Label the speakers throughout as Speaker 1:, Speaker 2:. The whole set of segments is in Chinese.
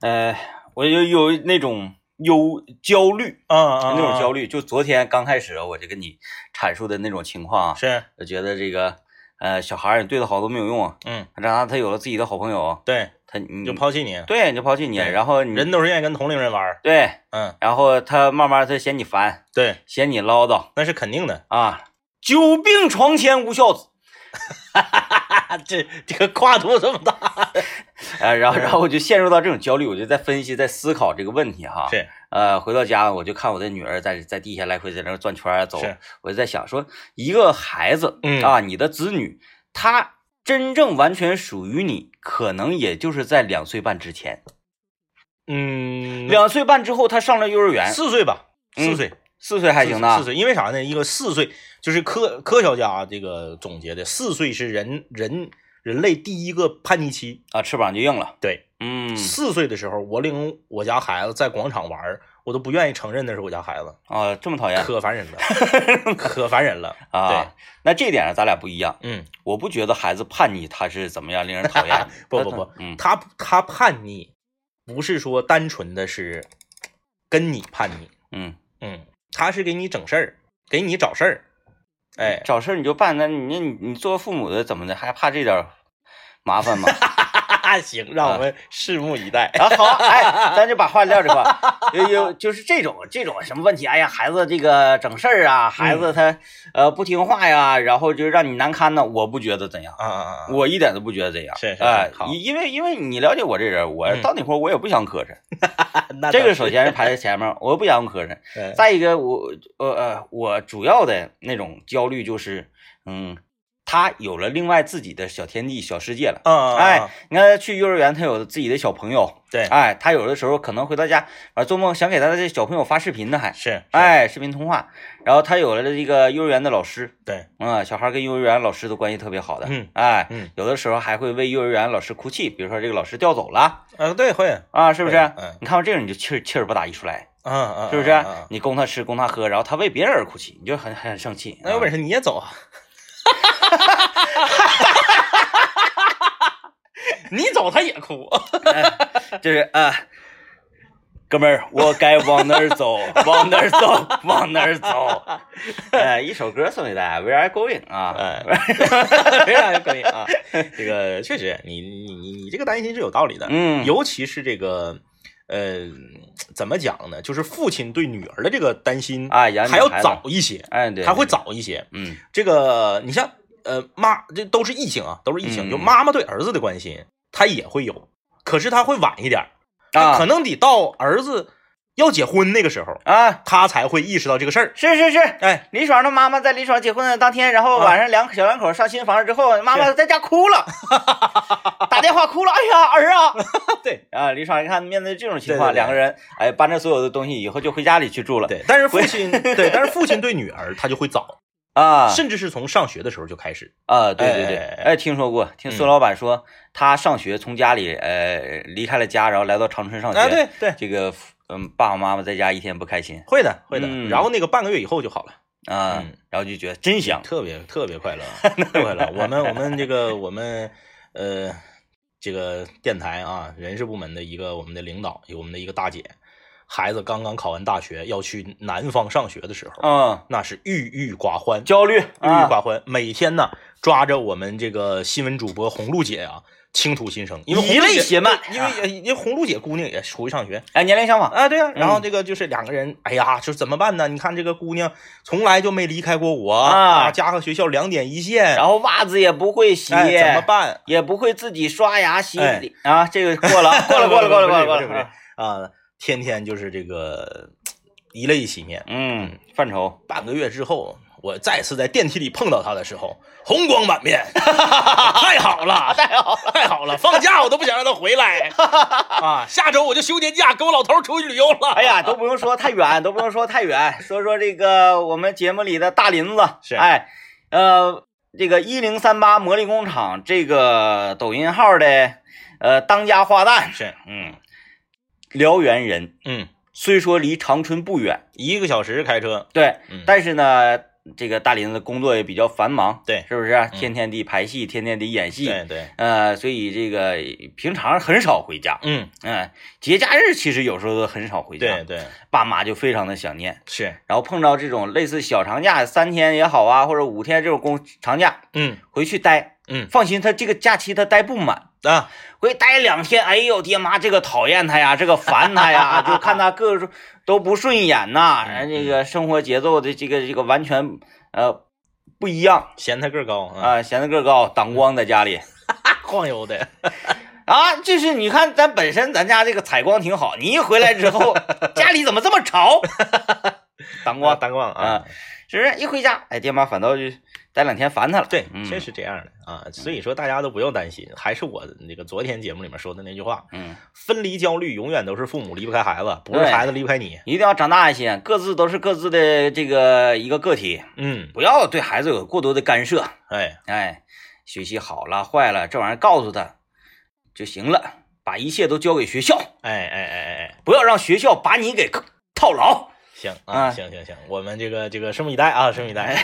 Speaker 1: 呃，我就有那种忧焦虑，
Speaker 2: 嗯嗯，
Speaker 1: 那种焦
Speaker 2: 虑
Speaker 1: 虑。就昨天刚开始，我就跟你阐述的那种情况啊，
Speaker 2: 是，
Speaker 1: 我觉得这个呃，小孩儿你对他好都没有用啊，
Speaker 2: 嗯，
Speaker 1: 让他他有了自己的好朋友，啊
Speaker 2: 对，
Speaker 1: 他你
Speaker 2: 就抛弃你，
Speaker 1: 对，你就抛弃你，
Speaker 2: 嗯对
Speaker 1: 然后你
Speaker 2: 人都是愿意跟同龄人玩儿，
Speaker 1: 对，
Speaker 2: 嗯，
Speaker 1: 然后他慢慢他嫌你烦，
Speaker 2: 对，
Speaker 1: 嫌你唠叨
Speaker 2: 那是肯定 的，
Speaker 1: 啊，久病床前无孝子，
Speaker 2: 啊这这个跨度这么大，
Speaker 1: 呃，然后然后我就陷入到这种焦虑，我就在分析，在思考这个问题哈。
Speaker 2: 是，
Speaker 1: 呃，回到家我就看我的女儿在在地下来回在那儿转圈儿啊走
Speaker 2: 是，
Speaker 1: 我就在想说，一个孩子，
Speaker 2: 嗯
Speaker 1: 啊，你的子女，他真正完全属于你，可能也就是在两岁半之前，
Speaker 2: 嗯，
Speaker 1: 两岁半之后他上了幼儿园，
Speaker 2: 四岁吧，
Speaker 1: 嗯
Speaker 2: 四岁，
Speaker 1: 四岁还行
Speaker 2: 四
Speaker 1: 呢
Speaker 2: 四，岁，因为啥呢？一个四岁就是科科学家这个总结的，四岁是人人人类第一个叛逆期。
Speaker 1: 啊，翅膀就硬了，
Speaker 2: 对，
Speaker 1: 嗯，
Speaker 2: 四岁的时候，我领我家孩子在广场玩儿，我都不愿意承认那是我家孩子，
Speaker 1: 啊，这么讨厌
Speaker 2: 可烦人 了，可烦人了。
Speaker 1: 啊？那这点上咱俩不一样，
Speaker 2: 嗯，，
Speaker 1: 我不觉得孩子叛逆他是怎么样令人讨厌
Speaker 2: 不
Speaker 1: 他
Speaker 2: 不不，
Speaker 1: 嗯，
Speaker 2: 他他叛逆，不是说单纯的是跟你叛逆，
Speaker 1: 嗯，
Speaker 2: 嗯，他是给你整事儿，给你找事儿， 哎，
Speaker 1: 找事儿你就办，那你你你作为父母的怎么的还怕这点儿麻烦吗？啊
Speaker 2: 行，让我们拭目以待。
Speaker 1: 啊，好，哎，咱就把话撂这块儿，有有就是这种这种什么问题，哎呀，孩子这个整事儿啊，孩
Speaker 2: 嗯
Speaker 1: 子他、呃不听话呀，然后就让你难堪呢，我不觉得怎样。
Speaker 2: 啊啊啊！啊
Speaker 1: 我一点都不觉得怎样，
Speaker 2: 是是是
Speaker 1: 哎
Speaker 2: 好
Speaker 1: 因因为因为你了解我这人，我
Speaker 2: 嗯
Speaker 1: 到那会儿我也不想磕碜，
Speaker 2: 啊那
Speaker 1: 这
Speaker 2: 倒
Speaker 1: 个
Speaker 2: 是
Speaker 1: 首先是排在前面，我不想磕碜。
Speaker 2: 嗯
Speaker 1: 再一个，我呃呃，我主要的那种焦虑就是，嗯，他有了另外自己的小天地、小世界了。
Speaker 2: 啊，
Speaker 1: 哎，你看他去幼儿园，他有自己的小朋友。
Speaker 2: 对
Speaker 1: 哎，他有的时候可能回到家，啊，做梦想给他的这小朋友发视频呢，还，
Speaker 2: 是，
Speaker 1: 哎，视频通话。然后他有了这个幼儿园的老师，
Speaker 2: 对，
Speaker 1: 嗯，小孩跟幼儿园老师的关系特别好的，
Speaker 2: 嗯，
Speaker 1: 哎，
Speaker 2: 嗯
Speaker 1: 有的时候还会为幼儿园老师哭泣，比如说这个老师调走了
Speaker 2: 啊，对，会，嗯
Speaker 1: 啊，是不是？
Speaker 2: 对嗯
Speaker 1: 你看完这种你就气儿气儿不打一处来，
Speaker 2: 嗯，
Speaker 1: 是不是？啊
Speaker 2: 嗯嗯
Speaker 1: 你供他吃，供他喝，然后他为别人而哭泣，你就很很生气。
Speaker 2: 那有本
Speaker 1: 事，
Speaker 2: 事你也 走啊！ 你走他也 哭，
Speaker 1: 就是啊，哥们儿，我该往哪儿走？往哪儿走？往哪儿走？哎，一首歌送给大家，《Where I Going》啊，
Speaker 2: 哎，非常可以啊。这个确实，你你你你这个担心是有道理的，
Speaker 1: 嗯
Speaker 2: 尤其是这个，呃，怎么讲呢？就是父亲对女儿的这个担心
Speaker 1: 啊养女
Speaker 2: 还要
Speaker 1: 孩子
Speaker 2: 早一些，
Speaker 1: 哎，对，
Speaker 2: 还会，早一些。
Speaker 1: 嗯，
Speaker 2: 这个你像呃妈，这都是疫情啊，都是疫情，
Speaker 1: 嗯
Speaker 2: 就妈妈对儿子的关心，她也会有，可是她会晚一点儿，
Speaker 1: 啊
Speaker 2: 可能得到儿子要结婚那个时候，
Speaker 1: 啊，
Speaker 2: 她才会意识到这个事儿。
Speaker 1: 是是是。
Speaker 2: 哎，
Speaker 1: 李爽的妈妈在李爽结婚的当天，然后
Speaker 2: 啊
Speaker 1: 晚上两小两口上新房之后，妈妈在家哭 了，打电话哭了，哎呀儿啊，
Speaker 2: 对
Speaker 1: 啊，李爽一看面对这种情况，
Speaker 2: 对对对
Speaker 1: 两个人哎搬着所有的东西以后就回家里去住了，
Speaker 2: 对，但是父亲对，但是父亲对女儿他就会早，
Speaker 1: 啊，
Speaker 2: 甚至是从上学的时候就开始。
Speaker 1: 啊，对对对，
Speaker 2: 哎哎哎
Speaker 1: 哎，听说过，听孙
Speaker 2: 嗯
Speaker 1: 老板说，他上学从家里呃离开了家，然后来到长春上学。
Speaker 2: 啊，对对，
Speaker 1: 这个父嗯，爸爸妈妈在家一天不开心
Speaker 2: 会的会的。
Speaker 1: 嗯
Speaker 2: 然后那个半个月以后就好了。
Speaker 1: 啊，
Speaker 2: 嗯
Speaker 1: 然后就觉得真香
Speaker 2: 特别特别 快乐啊，特别快乐。我们我们这个我们呃这个电台啊，人事部门的一个我们的领导，我们的一个大姐，孩子刚刚考完大学要去南方上学的时候，
Speaker 1: 嗯，
Speaker 2: 那是郁郁寡欢，
Speaker 1: 焦虑
Speaker 2: 郁郁
Speaker 1: 啊，
Speaker 2: 寡欢。每天呢抓着我们这个新闻主播红露姐啊，倾吐心声，因为红
Speaker 1: 以
Speaker 2: 露
Speaker 1: 泪
Speaker 2: 姐
Speaker 1: 血脉
Speaker 2: 对因为呃因为红露姐姑娘也出去上学，
Speaker 1: 哎，年龄相仿，
Speaker 2: 啊，对啊，然后
Speaker 1: 嗯
Speaker 2: 这个就是两个人，哎呀，就是怎么办呢？你看这个姑娘从来就没离开过我
Speaker 1: 啊
Speaker 2: 家和学校两点一线，
Speaker 1: 然后袜子也不会洗，
Speaker 2: 哎怎么办？
Speaker 1: 也不会自己刷牙洗
Speaker 2: 哎
Speaker 1: 脸啊，这个过 了，过了，过了，过了，过了，过
Speaker 2: 不是不是不是
Speaker 1: 了，
Speaker 2: 啊，天天就是这个一泪洗面。
Speaker 1: 嗯，犯愁，
Speaker 2: 半个月之后，我再次在电梯里碰到她的时候，红光满面，太 好了，太好了，太好了！放假我都不想让她回来啊！下周我就休年假，跟我老头儿出去旅游了。
Speaker 1: 哎呀，都不用说太远，都不用说太远，说说这个我们节目里的大林子，
Speaker 2: 是
Speaker 1: 哎，呃，这个一零三八魔力工厂这个抖音号的呃当家花旦，
Speaker 2: 是，
Speaker 1: 嗯，辽源人，
Speaker 2: 嗯，
Speaker 1: 虽说离长春不远，
Speaker 2: 一个小时开车，
Speaker 1: 对，
Speaker 2: 嗯
Speaker 1: 但是呢，这个大林子工作也比较繁忙，
Speaker 2: 对嗯
Speaker 1: 是不是、啊？天天地排戏，天天地演戏，
Speaker 2: 对对，
Speaker 1: 呃，所以这个平常很少回家，
Speaker 2: 嗯，
Speaker 1: 嗯，节假日其实有时候都很少回
Speaker 2: 对
Speaker 1: 家，
Speaker 2: 对
Speaker 1: 爸妈就非常的想念。
Speaker 2: 是，
Speaker 1: 然后碰到这种类似小长假三天也好啊，或者五天这种公长假，
Speaker 2: 嗯
Speaker 1: 回去待，
Speaker 2: 嗯
Speaker 1: 放心，他这个假期他待不满，
Speaker 2: 啊，
Speaker 1: 回去待两天，哎呦爹妈，这个讨厌他呀，这个烦他呀， 就看他各种都不顺眼呐，
Speaker 2: 嗯
Speaker 1: 然后这个生活节奏的这个这个完全呃不一样
Speaker 2: 嫌他个儿高啊，
Speaker 1: 啊、嫌他个儿高，挡光在家里。
Speaker 2: 晃悠 的，
Speaker 1: 啊，就是你看咱本身咱家这个采光挺好，你一回来之 后，家里怎么这么吵？挡
Speaker 2: 哇，
Speaker 1: 光，
Speaker 2: 单逛啊
Speaker 1: 啊，是不是？一回家，哎，爹妈反倒就待两天烦他了。
Speaker 2: 对，
Speaker 1: 嗯
Speaker 2: 真是这样的啊，所以说大家都不用担心，还是我那个昨天节目里面说的那句话，
Speaker 1: 嗯，
Speaker 2: 分离焦虑永远都是父母离不开孩子，不是
Speaker 1: 对
Speaker 2: 孩子离不开你，
Speaker 1: 一定要长大一些，各自都是各自的这个一个个体，
Speaker 2: 嗯，
Speaker 1: 不要对孩子有过多的干涉。
Speaker 2: 哎，
Speaker 1: 哎，学习好了坏了，这玩意儿告诉他就行了，把一切都交给学校，
Speaker 2: 哎哎哎哎哎。
Speaker 1: 不要让学校把你给套 牢。
Speaker 2: 行啊，
Speaker 1: 啊
Speaker 2: 行行行，我们这个这个拭目以待啊，拭目以待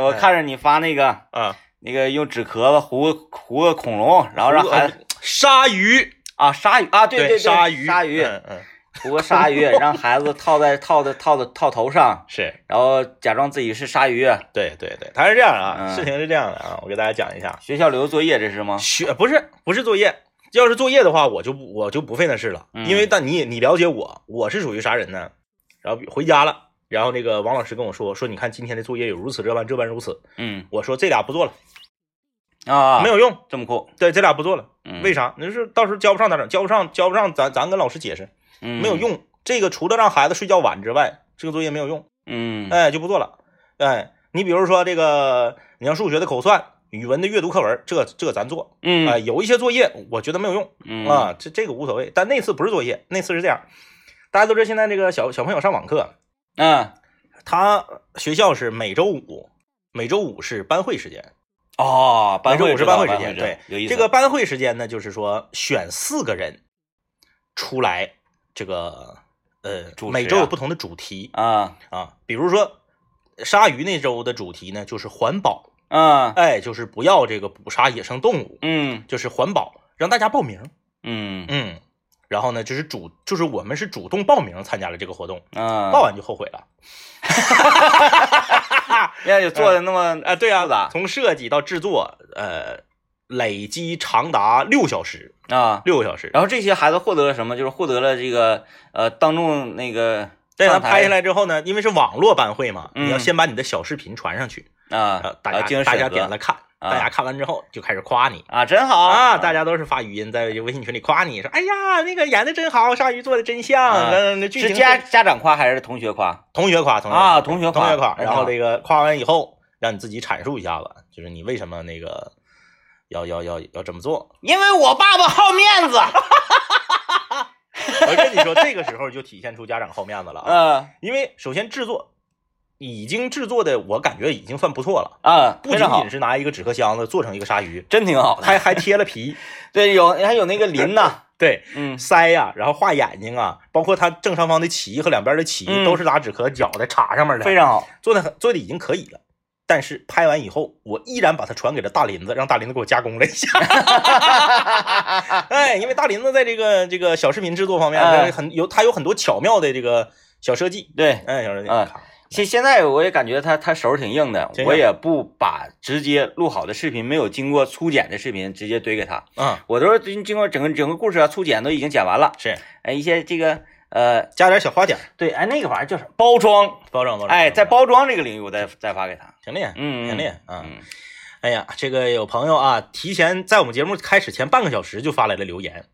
Speaker 1: 我看着你发那个。
Speaker 2: 啊。
Speaker 1: 那个用纸壳子糊个糊个恐龙，然后让孩子
Speaker 2: 子鲨鱼，
Speaker 1: 啊鲨鱼啊，对对，
Speaker 2: 鲨鱼，
Speaker 1: 鲨鱼
Speaker 2: 嗯嗯，
Speaker 1: 糊个鲨鱼，让孩子套在套在套在套头上，
Speaker 2: 是
Speaker 1: 然后假装自己是鲨鱼。
Speaker 2: 对对对，他是这样啊，
Speaker 1: 嗯
Speaker 2: 事情是这样的啊，我给大家讲一下，
Speaker 1: 学校留作业这是吗？
Speaker 2: 学不是不是作业，要是作业的话，我就不我就不费那事了，
Speaker 1: 嗯
Speaker 2: 因为但你也你了解我，我是属于啥人呢？然后回家了，然后那个王老师跟我说说，你看今天的作业有如此这般这般如此，
Speaker 1: 嗯
Speaker 2: 我说这俩不做了，
Speaker 1: 啊，
Speaker 2: 没
Speaker 1: 有
Speaker 2: 有用，
Speaker 1: 这么酷，
Speaker 2: 对，这俩不做了，
Speaker 1: 嗯
Speaker 2: 为啥？那是到时候交不上咋整？交不上交不上，咱咱跟老师解释，
Speaker 1: 没
Speaker 2: 没有，用。这个除了让孩子睡觉晚之外，这个作业没有用。
Speaker 1: 嗯
Speaker 2: 哎，就不做了。哎，你比如说这个，你像数学的口算、语文的阅读课文，这这咱做。
Speaker 1: 嗯
Speaker 2: 啊、有一些作业我觉得没有用
Speaker 1: 嗯
Speaker 2: 啊，这这个无所谓。但那次不是作业，那次是这样，大家都知道现在这个小小朋友上网课，
Speaker 1: 嗯
Speaker 2: 他学校是每周五，每周五是班会时间，
Speaker 1: 哦，班
Speaker 2: 每周
Speaker 1: 会
Speaker 2: 五是班会
Speaker 1: 会
Speaker 2: 时
Speaker 1: 知
Speaker 2: 间。
Speaker 1: 道
Speaker 2: 对，
Speaker 1: 有意思。
Speaker 2: 这个班会时间呢，就是说选四个人出来，这个呃，
Speaker 1: 主
Speaker 2: 每
Speaker 1: 持
Speaker 2: 周有
Speaker 1: 啊
Speaker 2: 不同的主题
Speaker 1: 啊
Speaker 2: 啊，比如说鲨鱼那周的主题呢就是环保，
Speaker 1: 啊
Speaker 2: 哎，就是不要这个捕杀野生动物，
Speaker 1: 嗯
Speaker 2: 就是环保，让大家报名。
Speaker 1: 嗯
Speaker 2: 嗯，然后呢，就是主，就是我们是主动报名参加了这个活动，
Speaker 1: 啊，
Speaker 2: 报完就后悔了。
Speaker 1: 要有哎做的那么
Speaker 2: 啊，对啊
Speaker 1: 复杂
Speaker 2: 从设计到制作，呃，累积长达六小时，
Speaker 1: 啊，
Speaker 2: 六个小时。
Speaker 1: 然后这些孩子获得了什么？就是获得了这个呃当众那个
Speaker 2: 对，咱
Speaker 1: 上台
Speaker 2: 拍下来之后呢，因为是网络班会嘛，
Speaker 1: 嗯
Speaker 2: 你要先把你的小视频传上去，
Speaker 1: 啊
Speaker 2: 呃，，大家、
Speaker 1: 啊进行
Speaker 2: 大家
Speaker 1: 审核
Speaker 2: 点了看，
Speaker 1: 啊
Speaker 2: 大家看完之后就开始夸你，
Speaker 1: 啊，真好
Speaker 2: 啊，大家都是发语音在微信群里夸你说，哎呀，那个演的真好，鲨鱼做的真像，呃
Speaker 1: 啊
Speaker 2: 那那剧情
Speaker 1: 是家家长夸还是同学夸
Speaker 2: 同学夸，同学夸
Speaker 1: 啊？同学
Speaker 2: 同
Speaker 1: 夸，
Speaker 2: 学夸，然后
Speaker 1: 这
Speaker 2: 这个夸完以后，让你自己阐述一下子，就是你为什么那个要要要要这么做。
Speaker 1: 因为我爸爸好面 子，
Speaker 2: 我跟你说，这个时候就体现出家长好面子了啊，
Speaker 1: 嗯
Speaker 2: 因为首先制作已经制作的，我感觉已经算不错了，
Speaker 1: 啊，
Speaker 2: 不
Speaker 1: 非
Speaker 2: 仅
Speaker 1: 常好
Speaker 2: 仅，是拿一个纸壳箱子做成一个鲨鱼，
Speaker 1: 真挺好的。
Speaker 2: 还还贴了 皮，
Speaker 1: 对，有还有那个林 呐，
Speaker 2: 对，
Speaker 1: 嗯
Speaker 2: 腮呀、然后画眼睛啊，包括它正上方的鳍和两边的鳍、
Speaker 1: 嗯
Speaker 2: 都是拿纸壳绞在插上面的，
Speaker 1: 非常好
Speaker 2: 做的很做的已经可以了。但是拍完以后，我依然把它传给了大林子，让大林子给我加工了一 下。 哎，因为大林子在这个这个小视频制作方面，
Speaker 1: 哎
Speaker 2: 他很有他有很多巧妙的这个小设计。
Speaker 1: 对，
Speaker 2: 哎，小设计，
Speaker 1: 哎
Speaker 2: 咔
Speaker 1: 现现在我也感觉他他手挺硬的
Speaker 2: 真，的
Speaker 1: 我也不把直接录好的视频没有经过粗剪的视频直接堆给他，
Speaker 2: 嗯，
Speaker 1: 我都是经经过整个整个故事啊粗剪都已经剪完了，
Speaker 2: 是
Speaker 1: 哎一些这个呃
Speaker 2: 加点小花点儿，
Speaker 1: 对哎那个玩意儿叫什么包装，
Speaker 2: 包装包装。
Speaker 1: 哎在
Speaker 2: 包
Speaker 1: 包装这个领域我再再发给他，
Speaker 2: 装挺厉害，
Speaker 1: 嗯
Speaker 2: 挺厉害啊！
Speaker 1: 嗯
Speaker 2: 哎呀，这个有朋友啊，提前在我们节目开始前半个小时就发来了留言，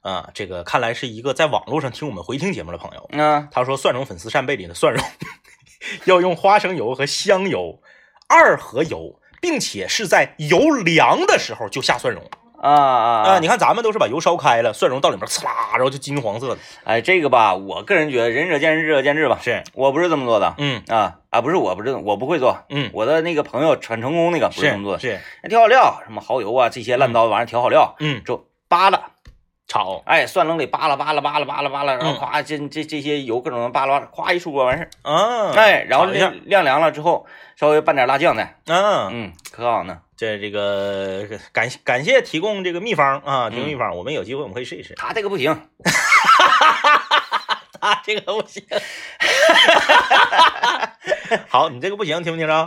Speaker 2: 啊、这个看来是一个在网络上听我们回听节目的朋友。
Speaker 1: 啊
Speaker 2: 他说蒜蓉粉丝扇贝里的蒜蓉 要用花生油和香油二合油，并且是在油凉的时候就下蒜蓉
Speaker 1: 啊啊
Speaker 2: 啊、你看咱们都是把油烧开了，蒜蓉到里面呲啦，然后就金黄色的。
Speaker 1: 哎，这个吧，我个人觉得仁者见仁，智者见智吧。
Speaker 2: 是，
Speaker 1: 我不是这么做的
Speaker 2: 嗯
Speaker 1: 啊啊，不是我不是我不会做，
Speaker 2: 嗯，
Speaker 1: 我的那个朋友很成功那个不是这么做
Speaker 2: 是嗯
Speaker 1: 的，哎
Speaker 2: 是，
Speaker 1: 调好料，什么蚝油啊这些烂糟玩意儿调好料
Speaker 2: 嗯，
Speaker 1: 之后扒拉，
Speaker 2: 炒，
Speaker 1: 哎，蒜棱里扒拉扒拉扒拉扒拉扒拉，然后夸这这这些油各种扒拉扒拉，夸一出锅完事儿。
Speaker 2: 嗯，
Speaker 1: 哎，然后
Speaker 2: 炒一下
Speaker 1: 晾晾凉了之后，稍微拌点辣酱再，
Speaker 2: 嗯，
Speaker 1: 嗯，可好呢。
Speaker 2: 这这个感谢感谢提供这个秘方啊，提供
Speaker 1: 嗯
Speaker 2: 秘方，我们有机会我们可以 试一试。
Speaker 1: 他这个不行，
Speaker 2: 啊，这个不行。 好，你这个不行，听没听着？啊，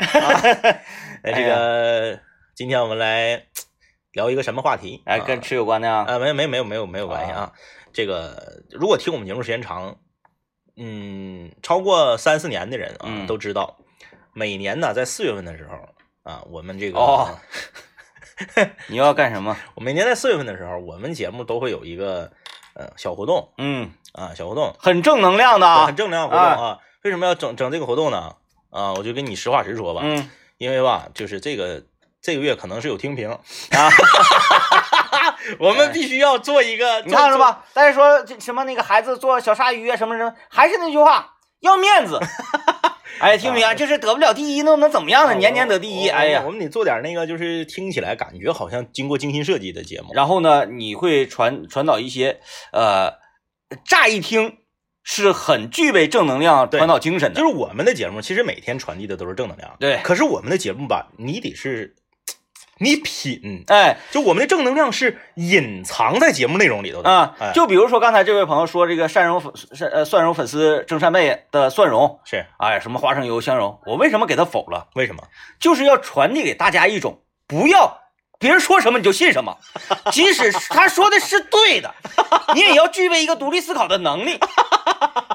Speaker 2: 那这
Speaker 1: 哎
Speaker 2: 个、今天我们来聊一个什么话题？
Speaker 1: 哎，
Speaker 2: 啊
Speaker 1: 跟吃有关的啊，
Speaker 2: 啊，没有没有没有没有没有关系啊。这个如果听我们节目时间长，嗯，超过三四年的人啊，
Speaker 1: 嗯
Speaker 2: 都知道，每年呢在四月份的时候啊，我们这个
Speaker 1: 哦你要干什么？
Speaker 2: 我每年在四月份的时候，我们节目都会有一个呃小活动
Speaker 1: 嗯，
Speaker 2: 啊，小活动。
Speaker 1: 很正能量的
Speaker 2: 对
Speaker 1: 啊
Speaker 2: 很，正能量活动啊。为什么要整整这个活动呢？啊，我就跟你实话实说吧，
Speaker 1: 嗯
Speaker 2: 因为吧，就是这个这个月可能是有听评，
Speaker 1: 啊， 哎
Speaker 2: 我们必须要做一个，
Speaker 1: 你看
Speaker 2: 是
Speaker 1: 是？吧？但是说这什么那个孩子做小鲨鱼啊，什么什么，还是那句话，要面 子。哎，听没啊？就是得不了第一，那能怎么样呢？
Speaker 2: 做
Speaker 1: 年年得第一，
Speaker 2: 我我
Speaker 1: 哎
Speaker 2: 我
Speaker 1: 呀。
Speaker 2: 们得做点那个，就是听起来感觉好像经过精心设计的节目。
Speaker 1: 然后呢，你会传传导一些，呃，乍一听是很具备正能量、
Speaker 2: 对
Speaker 1: 传导精神
Speaker 2: 就
Speaker 1: 的。
Speaker 2: 是我们的节目，其实每天传递的都是正能量。
Speaker 1: 对
Speaker 2: 可是我们的节目吧，你得是，你品，
Speaker 1: 哎
Speaker 2: 就我们的正能量是隐藏在节目内容里头的
Speaker 1: 啊
Speaker 2: 哎，
Speaker 1: 就比如说刚才这位朋友说这个蒜蓉粉蒜呃蒜蓉粉丝蒸扇贝的蒜蓉，
Speaker 2: 是
Speaker 1: 哎，什么花生油、香蓉，我为什么给他否了？
Speaker 2: 为什么？
Speaker 1: 就是要传递给大家一种不要别人说什么你就信什么，即使他说的是对的，你也要具备一个独立思考的能力，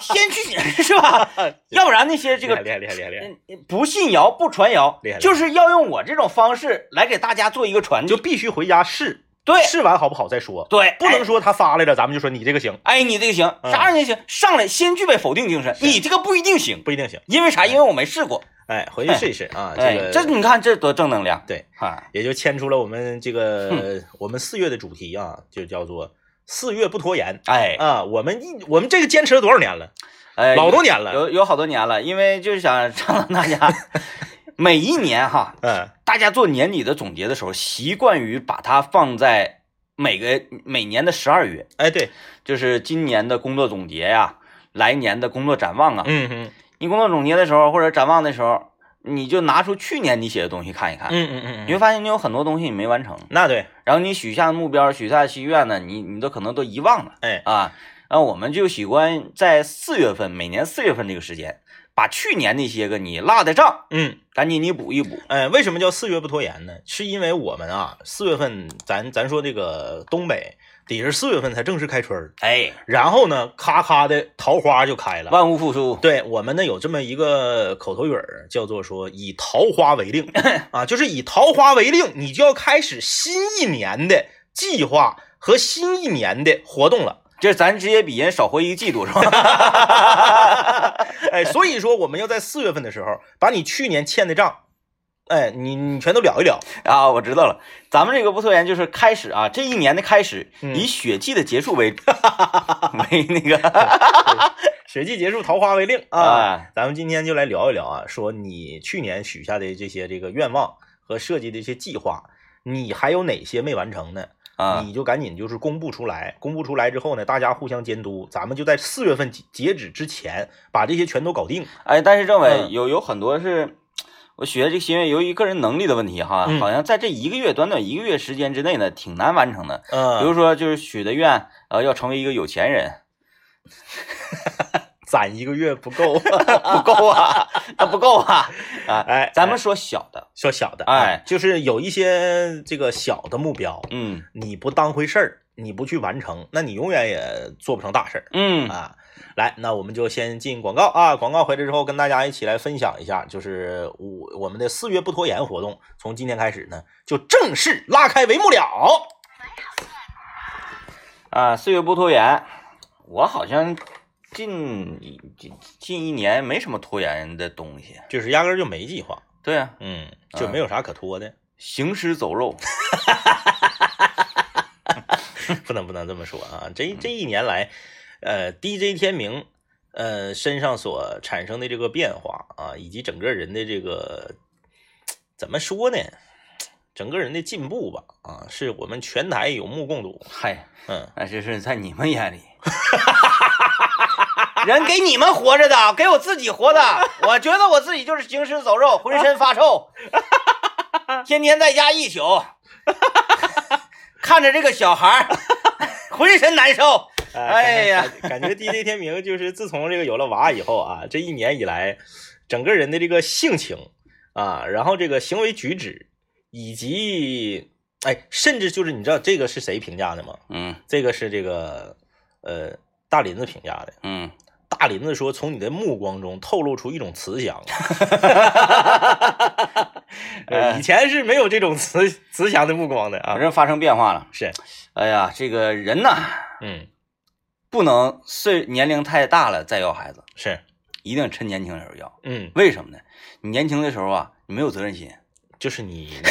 Speaker 1: 先去 是吧？要不然那些这个
Speaker 2: 厉害厉害厉害厉害厉害，
Speaker 1: 嗯不信谣不传谣
Speaker 2: 厉害厉害，
Speaker 1: 就是要用我这种方式来给大家做一个传
Speaker 2: 你就
Speaker 1: 递。
Speaker 2: 必须回家试。
Speaker 1: 对
Speaker 2: 试完好不好再说，
Speaker 1: 对，
Speaker 2: 不能说他发来了，咱们就说你这个行，
Speaker 1: 哎，哎你这个行，
Speaker 2: 嗯
Speaker 1: 啥人也行，上来先具备否定精神，你这个不一定行，
Speaker 2: 不一定行。
Speaker 1: 因为啥？因为我没试过。
Speaker 2: 哎，回去试一试啊，这
Speaker 1: 哎，
Speaker 2: 个
Speaker 1: 这你看这多正能量。
Speaker 2: 对
Speaker 1: 啊，
Speaker 2: 也就牵出了我们这个我们四月的主题啊，就叫做四月不拖延
Speaker 1: 哎
Speaker 2: 啊。我们一我们这个坚持了多少年了？
Speaker 1: 哎，
Speaker 2: 老多年了。
Speaker 1: 有有好多年了，因为就是想倡导大 家，每一年哈，
Speaker 2: 嗯，
Speaker 1: 大家做年底的总结的时候，习惯于把它放在每个每年的十二月，
Speaker 2: 哎对，
Speaker 1: 就是今年的工作总结呀、来年的工作展望啊。
Speaker 2: 嗯嗯
Speaker 1: 你工作总结的时候或者展望的时候，你就拿出去年你写的东西看一看，
Speaker 2: 嗯嗯嗯
Speaker 1: 你会
Speaker 2: 嗯，
Speaker 1: 发现你有很多东西你没完成，
Speaker 2: 那对，
Speaker 1: 然后你许下的目标、许下的心愿呢，你你都可能都遗忘了。
Speaker 2: 哎
Speaker 1: 啊，然后我们就喜欢在四月份，每年四月份这个时间，把去年那些个你落的账，
Speaker 2: 嗯
Speaker 1: 赶紧你补一补。
Speaker 2: 哎，为什么叫四月不拖延呢？是因为我们啊，四月份咱咱说这个东北得是四月份才正式开春儿，
Speaker 1: 哎，
Speaker 2: 然后呢，咔咔的桃花就开了。
Speaker 1: 万物复苏。
Speaker 2: 对我们呢有这么一个口头语儿，叫做说以桃花为令啊，就是以桃花为令，你就要开始新一年的计划和新一年的活动了。
Speaker 1: 这咱直接比人少活一个季度是吧？
Speaker 2: 哎，所以说我们要在四月份的时候，把你去年欠的账，哎，你你全都了一了。
Speaker 1: 啊，我知道了，咱们这个不拖延就是开始啊，这一年的开始，
Speaker 2: 嗯
Speaker 1: 以雪季的结束 为为那个
Speaker 2: 雪季结束，桃花为令啊。
Speaker 1: 啊，
Speaker 2: 咱们今天就来聊一聊啊，说你去年许下的这些这个愿望和设计的一些计划，你还有哪些没完成呢？
Speaker 1: 啊，
Speaker 2: 你就赶紧就是公布出来，公布出来之后呢，大家互相监督，咱们就在四月份截截止之前把这些全都搞定。
Speaker 1: 哎，但是政委
Speaker 2: 嗯
Speaker 1: 有有很多是，我学这个心愿，由于个人能力的问题哈，
Speaker 2: 嗯
Speaker 1: 好像在这一个月短短一个月时间之内呢，挺难完成的。
Speaker 2: 嗯
Speaker 1: 比如说就是许的愿，呃，要成为一个有钱人，
Speaker 2: 攒一个月不 够，
Speaker 1: 不够啊，那不够啊啊！
Speaker 2: 哎，
Speaker 1: 咱们说小的，
Speaker 2: 说小的，啊
Speaker 1: 哎，
Speaker 2: 就是有一些这个小的目标，
Speaker 1: 嗯
Speaker 2: 你不当回事儿，你不去完成，那你永远也做不成大事儿
Speaker 1: 嗯，
Speaker 2: 啊。来，那我们就先进广告啊！广告回来之后，跟大家一起来分享一下，就是我我们的四月不拖延活动，从今天开始呢，就正式拉开帷幕了。
Speaker 1: 啊，岁月不拖延，我好像近近近一年没什么拖延的东西。
Speaker 2: 就是压根儿就没计划，
Speaker 1: 对啊，
Speaker 2: 嗯，就没有啥可拖的，
Speaker 1: 行尸走肉，
Speaker 2: 不能不能这么说啊。这这一年来，呃，DJ 天明，呃，身上所产生的这个变化啊，以及整个人的这个怎么说呢，整个人的进步吧，啊，是我们全台有目共睹。
Speaker 1: 嗨，
Speaker 2: 嗯，
Speaker 1: 那这是在你们眼里，人给你们活着的，给我自己活的，我觉得我自己就是行尸走肉，浑身发臭，天天在家一宿， 看着这个小孩儿，浑身难受。哎呀
Speaker 2: 啊感，感觉 DJ 天明就是自从这个有了娃以后啊，这一年以来，整个人的这个性情啊，然后这个行为举止，以及哎，甚至就是你知道这个是谁评价的吗？
Speaker 1: 嗯
Speaker 2: 这个是这个呃大林子评价的。
Speaker 1: 嗯，
Speaker 2: 大林子说，从你的目光中透露出一种慈祥。
Speaker 1: 哎
Speaker 2: 呃以前是没有这种慈慈祥的目光的
Speaker 1: 反
Speaker 2: 啊。
Speaker 1: 正发生变化了。
Speaker 2: 是，
Speaker 1: 哎呀，这个人呐，
Speaker 2: 嗯，
Speaker 1: 不能岁年龄太大了再要孩子，
Speaker 2: 是，
Speaker 1: 一定趁年轻的时候要。
Speaker 2: 嗯，
Speaker 1: 为什么呢？你年轻的时候啊，你没有责任心，
Speaker 2: 就是 你，